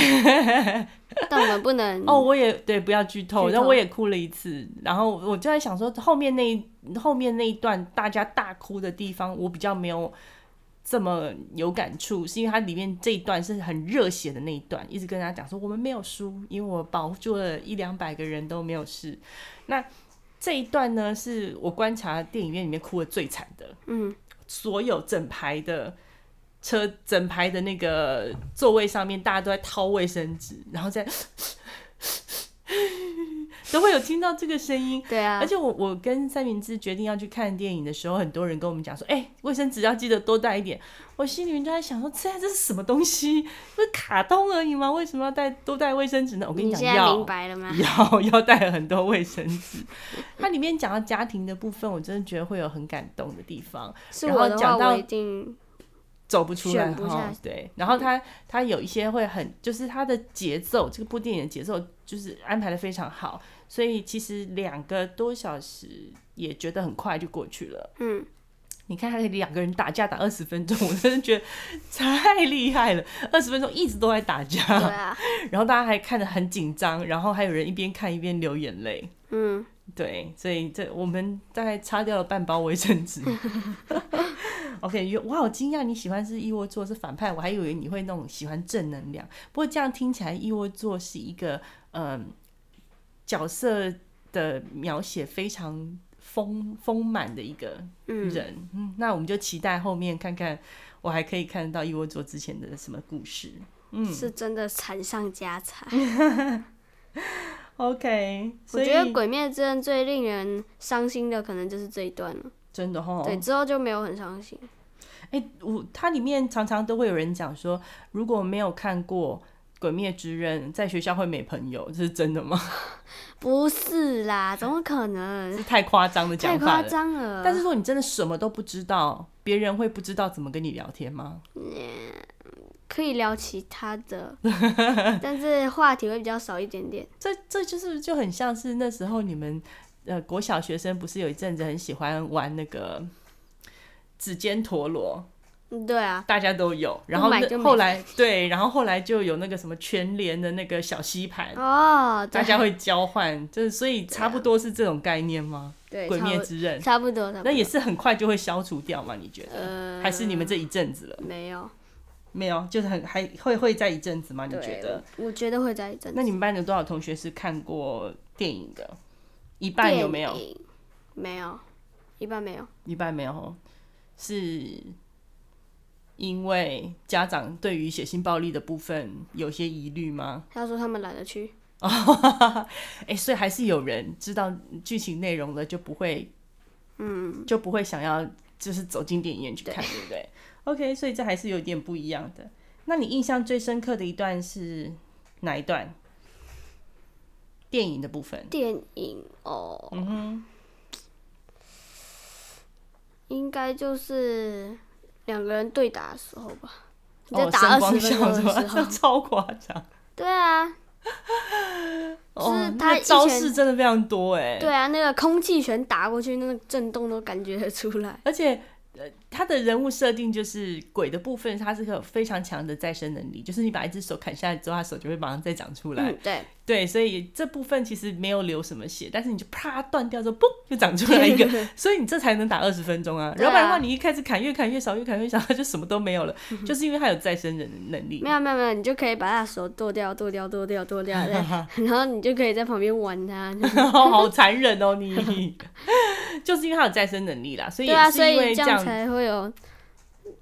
Speaker 2: 但我们不能
Speaker 1: 哦，我也对，不要剧透，
Speaker 2: 剧
Speaker 1: 然后
Speaker 2: 透
Speaker 1: 我也哭了一次，然后我就在想说，后面那一后面那一段大家大哭的地方，我比较没有这么有感触，是因为它里面这一段是很热血的那一段，一直跟大家讲说我们没有输，因为我保住了一两百个人都没有事。那这一段呢，是我观察电影院里面哭的最惨的，
Speaker 2: 嗯，
Speaker 1: 所有整排的车整排的那个 座位上面，大家都在掏卫生纸，然后在都会有听到这个声音。
Speaker 2: 对啊
Speaker 1: 而，且我我跟三明治决定要去看电影的时候，很多人跟我们讲说，哎、卫生纸要记得多带一点。我心里面就在想说，这这是什么东西？不是卡通而已吗？为什么要带多带卫生纸呢？我跟
Speaker 2: 你
Speaker 1: 讲，
Speaker 2: 现在明
Speaker 1: 要
Speaker 2: 白了吗？
Speaker 1: 要要带很多卫生纸。它里面讲到家庭的部分，我真的觉得会有很感动的地方。
Speaker 2: 是
Speaker 1: 然后
Speaker 2: 我的话，
Speaker 1: 讲到
Speaker 2: 我一 定
Speaker 1: 走不出来
Speaker 2: 选不下
Speaker 1: 哈
Speaker 2: 去，
Speaker 1: 对。然后他他有一些会很，就是他的节奏，这部电影的节奏就是安排的非常好，所以其实两个多小时也觉得很快就过去了。
Speaker 2: 嗯，
Speaker 1: 你看他两个人打架打二十分钟，我真的觉得太厉害了，二十分钟一直都在打架，
Speaker 2: 对啊，
Speaker 1: 然后大家还看得很紧张，然后还有人一边看一边流眼泪。
Speaker 2: 嗯，
Speaker 1: 对，所以这我们大概擦掉了半包卫生纸。OK，有我好惊讶，你喜欢是一窝座是反派，我还以为你会那种喜欢正能量。不过这样听起来，一窝座是一个嗯、角色的描写非常丰丰满的一个人。嗯那我们就期待后面看看我还可以看到一窝座之前的什么故事。嗯
Speaker 2: 是真的惨上加惨。
Speaker 1: OK，
Speaker 2: 我
Speaker 1: 所以
Speaker 2: 觉得《鬼灭之刃》最令人伤心的，可能就是这一段了。
Speaker 1: 真的哦哈，
Speaker 2: 对，之后就没有很伤心。
Speaker 1: 哎、我它里面常常都会有人讲说，如果没有看过《鬼灭之刃》，在学校会没朋友，这是真的吗？
Speaker 2: 不 是啦，怎么可能？
Speaker 1: 是太夸张的
Speaker 2: 嗯太
Speaker 1: 讲法
Speaker 2: 夸
Speaker 1: 了。
Speaker 2: 张了。
Speaker 1: 但是说你真的什么都不知道，别人会不知道怎么跟你聊天吗？
Speaker 2: 可以聊其他 的，但是话题会比较少一点点。
Speaker 1: 这这就是就很像是那时候你们呃国小学生不是有一阵子很喜欢玩那个指尖陀螺，
Speaker 2: 嗯对啊，
Speaker 1: 大家都有，然后
Speaker 2: 买
Speaker 1: 那
Speaker 2: 就买
Speaker 1: 后来对，然后后来就有那个什么全联的那个小吸盘，
Speaker 2: 哦，
Speaker 1: 大
Speaker 2: 对
Speaker 1: 家会交换，就是所以差不多是这种概念吗？
Speaker 2: 对，
Speaker 1: 鬼
Speaker 2: 差
Speaker 1: 灭
Speaker 2: 不
Speaker 1: 之刃，
Speaker 2: 差不多，差不多。
Speaker 1: 那也是很快就会消除掉吗？你觉得？
Speaker 2: 呃，
Speaker 1: 还是你们这一阵子了？
Speaker 2: 没有？
Speaker 1: 没有，就是很还会会在一阵子吗？你觉
Speaker 2: 对，
Speaker 1: 得？
Speaker 2: 我我觉得会在一阵子。
Speaker 1: 那你们班有多少同学是看过电影的？一半有没有？
Speaker 2: 电影？没有，一半没有。
Speaker 1: 一半没有哦，是因为家长对于血腥暴力的部分有些疑虑吗？
Speaker 2: 他说他们懒得去，
Speaker 1: 哦， 哎，所以还是有人知道剧情内容了，就不会， 嗯，就不会想要就是走进电影院去看，对不对？OK，所以这还是有点不一样的。那你印象最深刻的一段是哪一段？电影的部分，
Speaker 2: 电影哦，
Speaker 1: 嗯
Speaker 2: 应该就是两个人对打的时候吧。你在
Speaker 1: 哦，
Speaker 2: 打
Speaker 1: 声
Speaker 2: 二
Speaker 1: 光
Speaker 2: 十分
Speaker 1: 效
Speaker 2: 钟
Speaker 1: 是
Speaker 2: 的
Speaker 1: 吧？
Speaker 2: 时
Speaker 1: 这
Speaker 2: 候，
Speaker 1: 超夸张，
Speaker 2: 对啊，
Speaker 1: 哦，
Speaker 2: 他
Speaker 1: 那
Speaker 2: 以
Speaker 1: 个招
Speaker 2: 前
Speaker 1: 式真的非常多哎，
Speaker 2: 对啊，那个空气拳打过去，那个震动都感觉得出来。
Speaker 1: 而且。呃，他的人物设定就是鬼的部分，他是有非常强的再生能力，就是你把一只手砍下来之后，他手就会马上再长出来。
Speaker 2: 嗯，对，
Speaker 1: 对，所以这部分其实没有流什么血，但是你就啪断掉之后，嘣就长出来一 个，所以你这才能打二十分钟啊。
Speaker 2: 对啊
Speaker 1: 要不然的话，你一开始砍越砍越少，越砍越少，它就什么都没有了，
Speaker 2: 嗯
Speaker 1: 就是因为它有再生人的能力
Speaker 2: 没。有没有没有，你就可以把他的手剁掉，剁掉，剁 掉，剁掉，对，然后你就可以在旁边玩他。
Speaker 1: 好残忍哦你！ 就是因为它有再生能力啦，所以
Speaker 2: 对
Speaker 1: 也
Speaker 2: 啊，
Speaker 1: 是
Speaker 2: 所
Speaker 1: 因为
Speaker 2: 以
Speaker 1: 这样
Speaker 2: 这样才会有，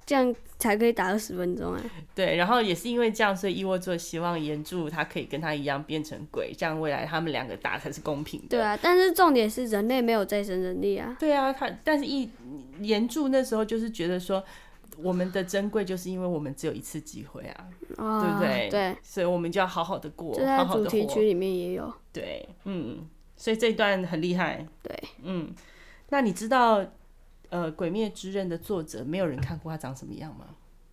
Speaker 2: 这样才可以打二十分钟啊。
Speaker 1: 对，然后也是因为这样，所以伊沃座希望岩柱他可以跟他一样变成鬼，这样未来他们两个打才是公平的。
Speaker 2: 对啊，但是重点是人类没有再生能力啊。
Speaker 1: 对啊，他但是一岩柱那时候就是觉得说，我们的珍贵就是因为我们只有一次机会啊，
Speaker 2: 哦，
Speaker 1: 对不对？
Speaker 2: 对，
Speaker 1: 所以我们就要好好的过
Speaker 2: 就，
Speaker 1: 好
Speaker 2: 在
Speaker 1: 好
Speaker 2: 主
Speaker 1: 的
Speaker 2: 题
Speaker 1: 活
Speaker 2: 曲。里面也有。
Speaker 1: 对，嗯，所以这一段很厉害。
Speaker 2: 对，
Speaker 1: 嗯，那你知道呃《鬼灭之刃》的作者没有人看过他长什么样吗？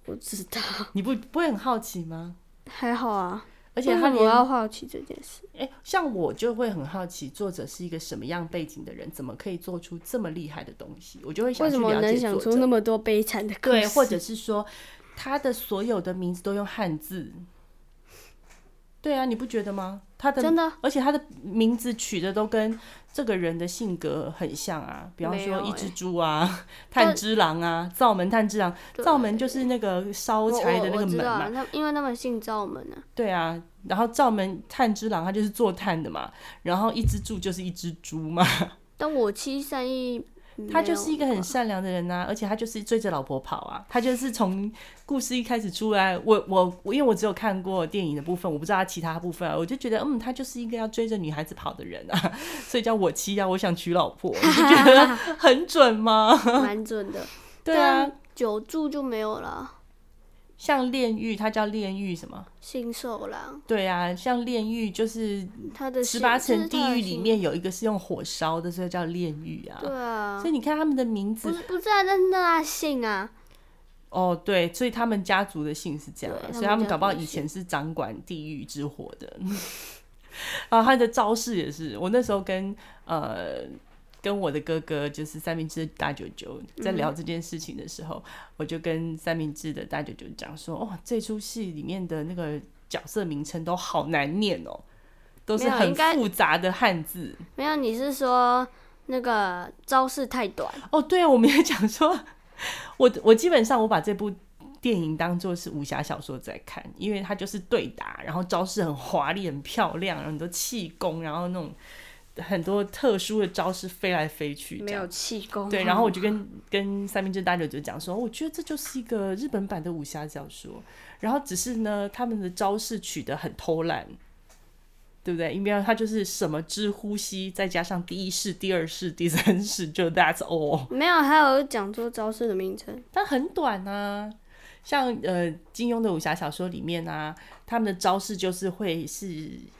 Speaker 2: 我知道，
Speaker 1: 你不不会很好奇吗？
Speaker 2: 还好啊。
Speaker 1: 而且他
Speaker 2: 为什么我
Speaker 1: 连
Speaker 2: 要好奇这件事。
Speaker 1: 哎、像我就会很好奇，作者是一个什么样背景的人，怎么可以做出这么厉害的东西？我就会想
Speaker 2: 为
Speaker 1: 去
Speaker 2: 什么
Speaker 1: 了
Speaker 2: 能
Speaker 1: 解
Speaker 2: 想
Speaker 1: 作
Speaker 2: 出那
Speaker 1: 者。
Speaker 2: 么多悲惨的故事？
Speaker 1: 对，或者是说他的所有的名字都用汉字。对啊，你不觉得吗？他的
Speaker 2: 真的
Speaker 1: 而且他的名字取的都跟这个人的性格很像啊，比方
Speaker 2: 没有
Speaker 1: 说一
Speaker 2: 欸
Speaker 1: 只猪啊、
Speaker 2: 但
Speaker 1: 炭之郎啊、灶门炭之郎，
Speaker 2: 对
Speaker 1: 灶门就是那个烧
Speaker 2: 我
Speaker 1: 柴的那个
Speaker 2: 我我知
Speaker 1: 门
Speaker 2: 道
Speaker 1: 嘛
Speaker 2: 啊，，他因为他们姓赵门啊。
Speaker 1: 对啊。然后灶门炭之郎他就是做炭的嘛，然后一只猪就是一只猪嘛，
Speaker 2: 但我七三一
Speaker 1: 他就是一个很善良的人呐、而且他就是追着老婆跑啊，他就是从故事一开始出来，我我我，因为我只有看过电影的部分，我不知道他其他部分啊，我就觉得嗯，他就是一个要追着女孩子跑的人啊， 所以叫我妻啊，我想娶老婆，你不觉 得很准吗？
Speaker 2: 蛮准的。
Speaker 1: 对啊，，
Speaker 2: 久住就没有了，
Speaker 1: 像炼狱，它叫炼狱什么？
Speaker 2: 新兽狼，
Speaker 1: 对啊，像炼狱就是
Speaker 2: 他的
Speaker 1: 十八
Speaker 2: 形
Speaker 1: 层地狱里，面有一个是用火烧的，所以叫炼狱啊
Speaker 2: 这是他的形。对啊
Speaker 1: 所，以你看他们的名
Speaker 2: 不
Speaker 1: 字
Speaker 2: 是不是啊，那那他姓啊，
Speaker 1: 哦，对，所以他们家族的姓是这样啊，
Speaker 2: 对
Speaker 1: 所以他
Speaker 2: 他
Speaker 1: 们
Speaker 2: 们
Speaker 1: 搞不好
Speaker 2: 家族的
Speaker 1: 以前是掌管地狱之火的。啊，他的招式也是，我那时候跟呃跟我的哥哥就是三明治的大舅舅
Speaker 2: 嗯
Speaker 1: 在聊这件事情的时候，我就跟三明治的大舅舅讲说，哦，这出戏里面的那个角色名称都好难念哦，都是
Speaker 2: 没有
Speaker 1: 很
Speaker 2: 应该
Speaker 1: 复杂的汉字。
Speaker 2: 没有，你是说那个招式太短，
Speaker 1: 哦，对啊，我们也讲说，我我基本上我把这部电影当做是武侠小说在看，因为它就是对打，然后招式很华丽、很漂亮，然后很多气功，然后那种很多特殊的招式飞来飞去，这
Speaker 2: 没
Speaker 1: 样。
Speaker 2: 有气功，啊
Speaker 1: 对，然后我就跟跟三明治大舅就讲说，哦我觉得这就是一个日本版的武侠小说，然后只是呢，他们的招式取得很偷懒，对不对？因为他就是什么之呼吸，再加上第一式、第二式、第三式，就 that's all。
Speaker 2: 没有，还有讲出招式的名称，
Speaker 1: 但很短啊。像呃金庸的武侠小说里面啊，他们的招式就是会是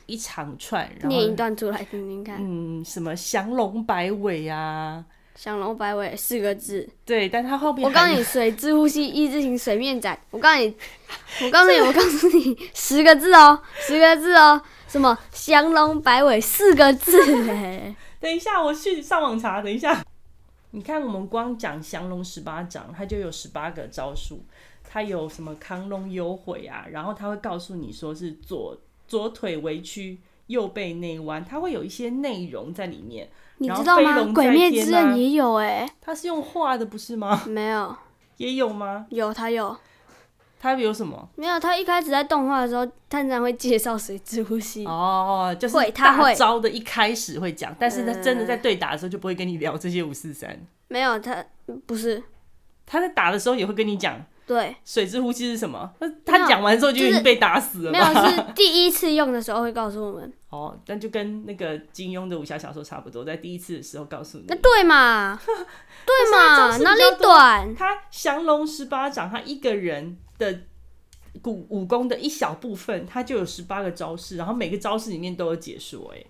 Speaker 1: 一长串，然
Speaker 2: 念一
Speaker 1: 后
Speaker 2: 段出来听听看，
Speaker 1: 嗯什么降龙摆尾啊，
Speaker 2: 降龙摆尾四个字，
Speaker 1: 对，但他后面
Speaker 2: 我告诉
Speaker 1: 还
Speaker 2: 你，水之呼吸，一字形，水面展。我告诉你，我告诉你，我告诉你，十个字哦，十个字哦，什么降龙摆尾，四 个字哎，
Speaker 1: 等一下，我去上网查。等一下，你看我们光讲降龙十八掌，它就有十八个招数，它有什么亢龙有悔啊，然后它会告诉你说是左左腿微屈，右背内弯，它会有一些内容在里面。
Speaker 2: 你
Speaker 1: 然
Speaker 2: 知
Speaker 1: 后
Speaker 2: 道
Speaker 1: 飞
Speaker 2: 吗？
Speaker 1: 龙
Speaker 2: 鬼
Speaker 1: 在
Speaker 2: 灭
Speaker 1: 天
Speaker 2: 之刃
Speaker 1: 啊
Speaker 2: 也有哎，
Speaker 1: 它是用画的，不是吗？
Speaker 2: 没有，
Speaker 1: 也有吗？
Speaker 2: 有他有，
Speaker 1: 它有什么？
Speaker 2: 没有他一开始在动画的时候，探长会介绍水之呼吸，
Speaker 1: 哦，就是
Speaker 2: 会它
Speaker 1: 大
Speaker 2: 会
Speaker 1: 招的一开始会讲，但是他真的在对打的时候就不会跟你聊这些五四三。
Speaker 2: 没有他不是
Speaker 1: 他在打的时候也会跟你讲
Speaker 2: 对，
Speaker 1: 水之呼吸是什么？那
Speaker 2: 没
Speaker 1: 他
Speaker 2: 有
Speaker 1: 讲完之后就
Speaker 2: 就是
Speaker 1: 已经被打死了
Speaker 2: 没有
Speaker 1: 吧？
Speaker 2: 是第一次用的时候会告诉我们，
Speaker 1: 哦，但就跟那个金庸的武侠小说差不多，在第一次的时候告诉你
Speaker 2: 那，对 嘛，对嘛，
Speaker 1: 是
Speaker 2: 哪
Speaker 1: 啊这样是比
Speaker 2: 里
Speaker 1: 较多
Speaker 2: 短？
Speaker 1: 他降龙十八掌，他一个人的武武功的一小部分，他就有十八个招式，然后每个招式里面都有解说、哎，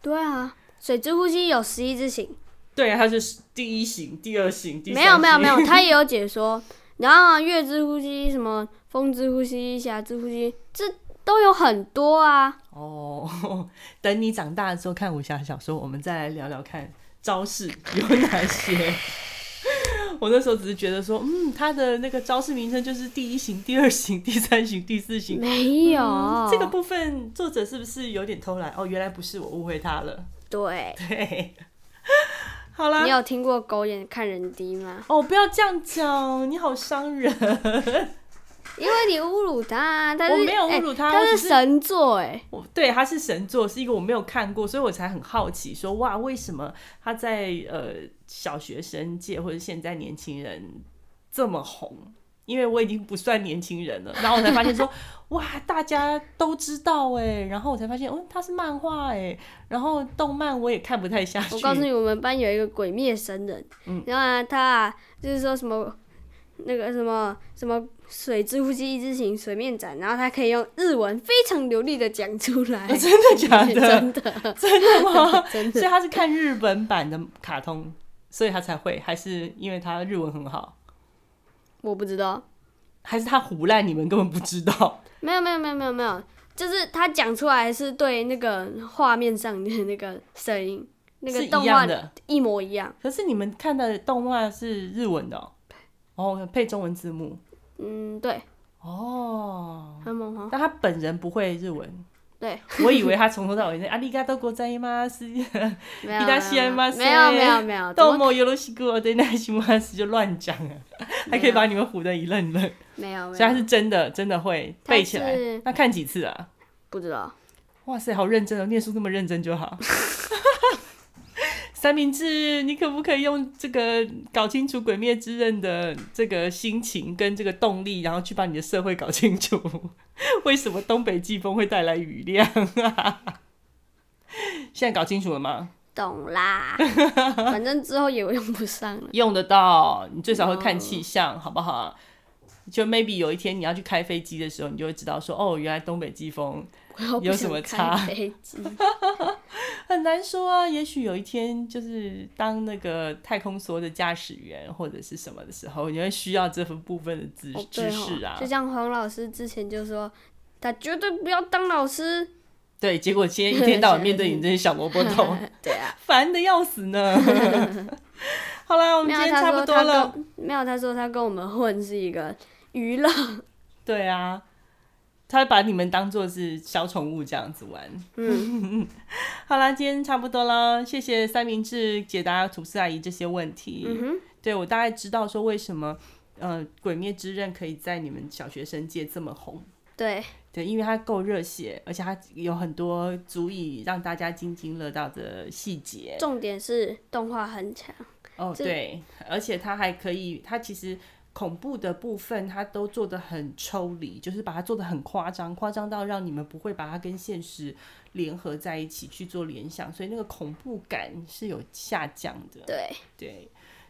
Speaker 2: 对啊，水之呼吸有十一字形。
Speaker 1: 对啊，他就是第一型、第二型、第三
Speaker 2: 没有没有没有，
Speaker 1: 型
Speaker 2: 他也有解说。然后啊月之呼吸、什么风之呼吸、霞之呼吸，这都有很多啊。
Speaker 1: 哦， 等你长大的时候看武侠小说，我们再来聊聊看招式有哪些。 我那时候只是觉得说，嗯，他的那个招式名称就是第一型、第二型、第三型、第四型。
Speaker 2: 没有、
Speaker 1: 嗯这个部分作者是不是有点偷懒？哦，原来不是，我误会他了。
Speaker 2: 对。
Speaker 1: 对，好啦
Speaker 2: 你，有听过狗眼看人低吗？
Speaker 1: 哦，不要这样讲，你好伤人。
Speaker 2: 因为你侮辱他，但是
Speaker 1: 我没有侮辱
Speaker 2: 哎
Speaker 1: 他
Speaker 2: 他，
Speaker 1: 我只
Speaker 2: 是
Speaker 1: 是
Speaker 2: 神作哎。
Speaker 1: 我对他是神作，是一个我没有看过，所以我才很好奇说，哇，为什么他在呃小学生界或者现在年轻人这么红？因为我已经不算年轻人了，然后我才发现说， 哇，大家都知道哎、然后我才发现，哦，他是漫画哎、然后动漫我也看不太下去。
Speaker 2: 我告诉你，我们班有一个鬼灭神人，
Speaker 1: 嗯
Speaker 2: 然后、啊、他、啊、就是说什么那个什么什么水之呼吸一字形水面斩，然后他可以用日文非常流利的讲出 来，
Speaker 1: 哦真的假的？
Speaker 2: 真的
Speaker 1: 真的吗？
Speaker 2: 真
Speaker 1: 所以
Speaker 2: 的，
Speaker 1: 他是看日本版的卡通，所以他才会，还是因为他日文很好，
Speaker 2: 我不知道，
Speaker 1: 还是他胡乱你们根本不知道？
Speaker 2: 没有没有没有没有没有，就是他讲出来是对那个画面上的那个声音，那
Speaker 1: 是
Speaker 2: 个
Speaker 1: 一
Speaker 2: 动
Speaker 1: 样
Speaker 2: 画
Speaker 1: 的。
Speaker 2: 一模一样。
Speaker 1: 可是你们看的动画是日文的哦，哦配中文字幕
Speaker 2: 嗯，对，
Speaker 1: 哦。
Speaker 2: 很猛哦。
Speaker 1: 但他本人不会日文，
Speaker 2: 对，
Speaker 1: 我以为他从头到尾是阿里嘎多国在吗？是
Speaker 2: 没有
Speaker 1: いらっしゃいませ
Speaker 2: 没有没有没有，啊怎
Speaker 1: どうも
Speaker 2: 么
Speaker 1: よろしくお願いします，就乱 讲啊，还可以把你们唬得一愣一愣。
Speaker 2: 没有
Speaker 1: 所
Speaker 2: 没
Speaker 1: 以他是
Speaker 2: 有，
Speaker 1: 真的真的会
Speaker 2: 他
Speaker 1: 背起来
Speaker 2: 是。
Speaker 1: 那看几次啊？
Speaker 2: 不知道。
Speaker 1: 哇塞，好认真哦，念书那么认真就好。 三明治，你可不可以用这个搞清楚《鬼灭之刃》的这个心情跟这个动力，然后去把你的社会搞清楚？ 为什么东北季风会带来雨量 啊？现在搞清楚了吗？
Speaker 2: 懂啦，反正之后也用不上了。
Speaker 1: 用得到，你最少会看气象，好不好？就 maybe 有一天你要去开飞机的时候，你就会知道说，哦，原来东北季风
Speaker 2: 我又不
Speaker 1: 有什
Speaker 2: 想
Speaker 1: 么
Speaker 2: 开
Speaker 1: 差
Speaker 2: 飞机
Speaker 1: 很难说啊。也许有一天就是当那个太空梭的驾驶员或者是什么的时候，你会需要这份部分的知
Speaker 2: 哦，对
Speaker 1: 知
Speaker 2: 哦
Speaker 1: 识啊
Speaker 2: 就。像黄老师之前就说，他绝对不要当老师。
Speaker 1: 对，结果今 天一天到晚面对你这些小萝卜头，
Speaker 2: 对啊，
Speaker 1: 烦的要死呢。 好啦，我们今
Speaker 2: 没有啊
Speaker 1: 天
Speaker 2: 他
Speaker 1: 差
Speaker 2: 说
Speaker 1: 不
Speaker 2: 他
Speaker 1: 多了。
Speaker 2: 跟没有他说他跟我们混是一个娱乐，
Speaker 1: 对啊，他把你们当做是小宠物这样子玩。
Speaker 2: 嗯，
Speaker 1: 好啦，今天差不多了，谢谢三明治解答吐司阿姨这些问题。
Speaker 2: 嗯
Speaker 1: 对我大概知道说为什么，呃，《鬼灭之刃》可以在你们小学生界这么红。
Speaker 2: 对，
Speaker 1: 对，因为它够热血，而且它有很多足以让大家津津乐道的细节。
Speaker 2: 重点是动画很强，
Speaker 1: 哦，
Speaker 2: 这
Speaker 1: 对，而且它还可以，它其实恐怖的部分它都做得很抽离，就是把它做得很夸张，夸张到让你们不会把它跟现实联合在一起去做联想，所以那个恐怖感是有下降的。
Speaker 2: 对，
Speaker 1: 对，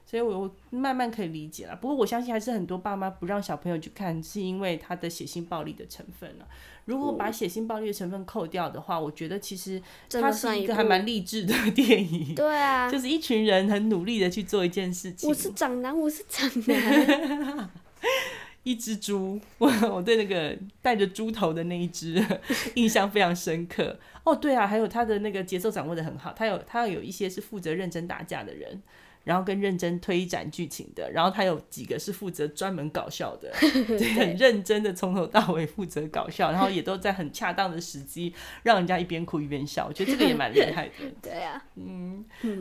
Speaker 1: 所以我我慢慢可以理解了。不过我相信还是很多爸妈不让小朋友去看，是因为他的血腥暴力的成分了、啊如果
Speaker 2: 哦
Speaker 1: 把血腥暴力的成分扣掉的话，我觉得其实
Speaker 2: 真
Speaker 1: 它
Speaker 2: 的
Speaker 1: 是
Speaker 2: 算
Speaker 1: 一
Speaker 2: 一
Speaker 1: 个
Speaker 2: 部
Speaker 1: 还蛮励志的 电影，
Speaker 2: 对 啊，
Speaker 1: 就是一群人很努力的去做一件事情
Speaker 2: 我。是长男，我是长男，
Speaker 1: 一只猪， 我我对那个带着猪头的那一只 印象非常深刻。哦，对啊，还有他的那个节奏掌握的很好，他有他有一些是负责认真打架的人，然后跟认真推展剧情的，然后他有几个是负责专门搞笑 的，对，很认真的从头到尾负责搞笑，然后也都在很恰当的时机让人家一边哭一边笑，我觉得这个也蛮厉害的。
Speaker 2: 对啊，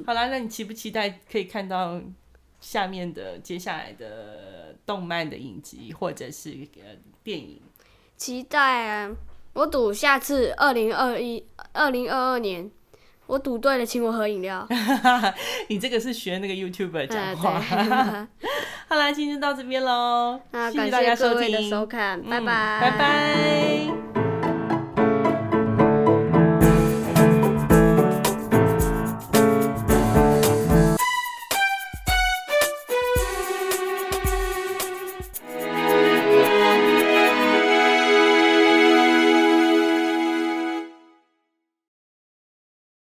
Speaker 1: 好啦，那你期不期待可以看到下面的接下来的动漫的影集或者是呃电影？
Speaker 2: 期待啊！我赌下次二零二一、二零二二年，我赌对了，请我喝饮料。
Speaker 1: 你这个是学那个 YouTuber 讲
Speaker 2: 嗯，
Speaker 1: 话。
Speaker 2: 对，
Speaker 1: 好啦，今天就到这边喽，
Speaker 2: 那
Speaker 1: 谢
Speaker 2: 感
Speaker 1: 大家
Speaker 2: 谢各位
Speaker 1: 听，
Speaker 2: 的收看，
Speaker 1: 嗯
Speaker 2: 拜拜，
Speaker 1: 拜拜。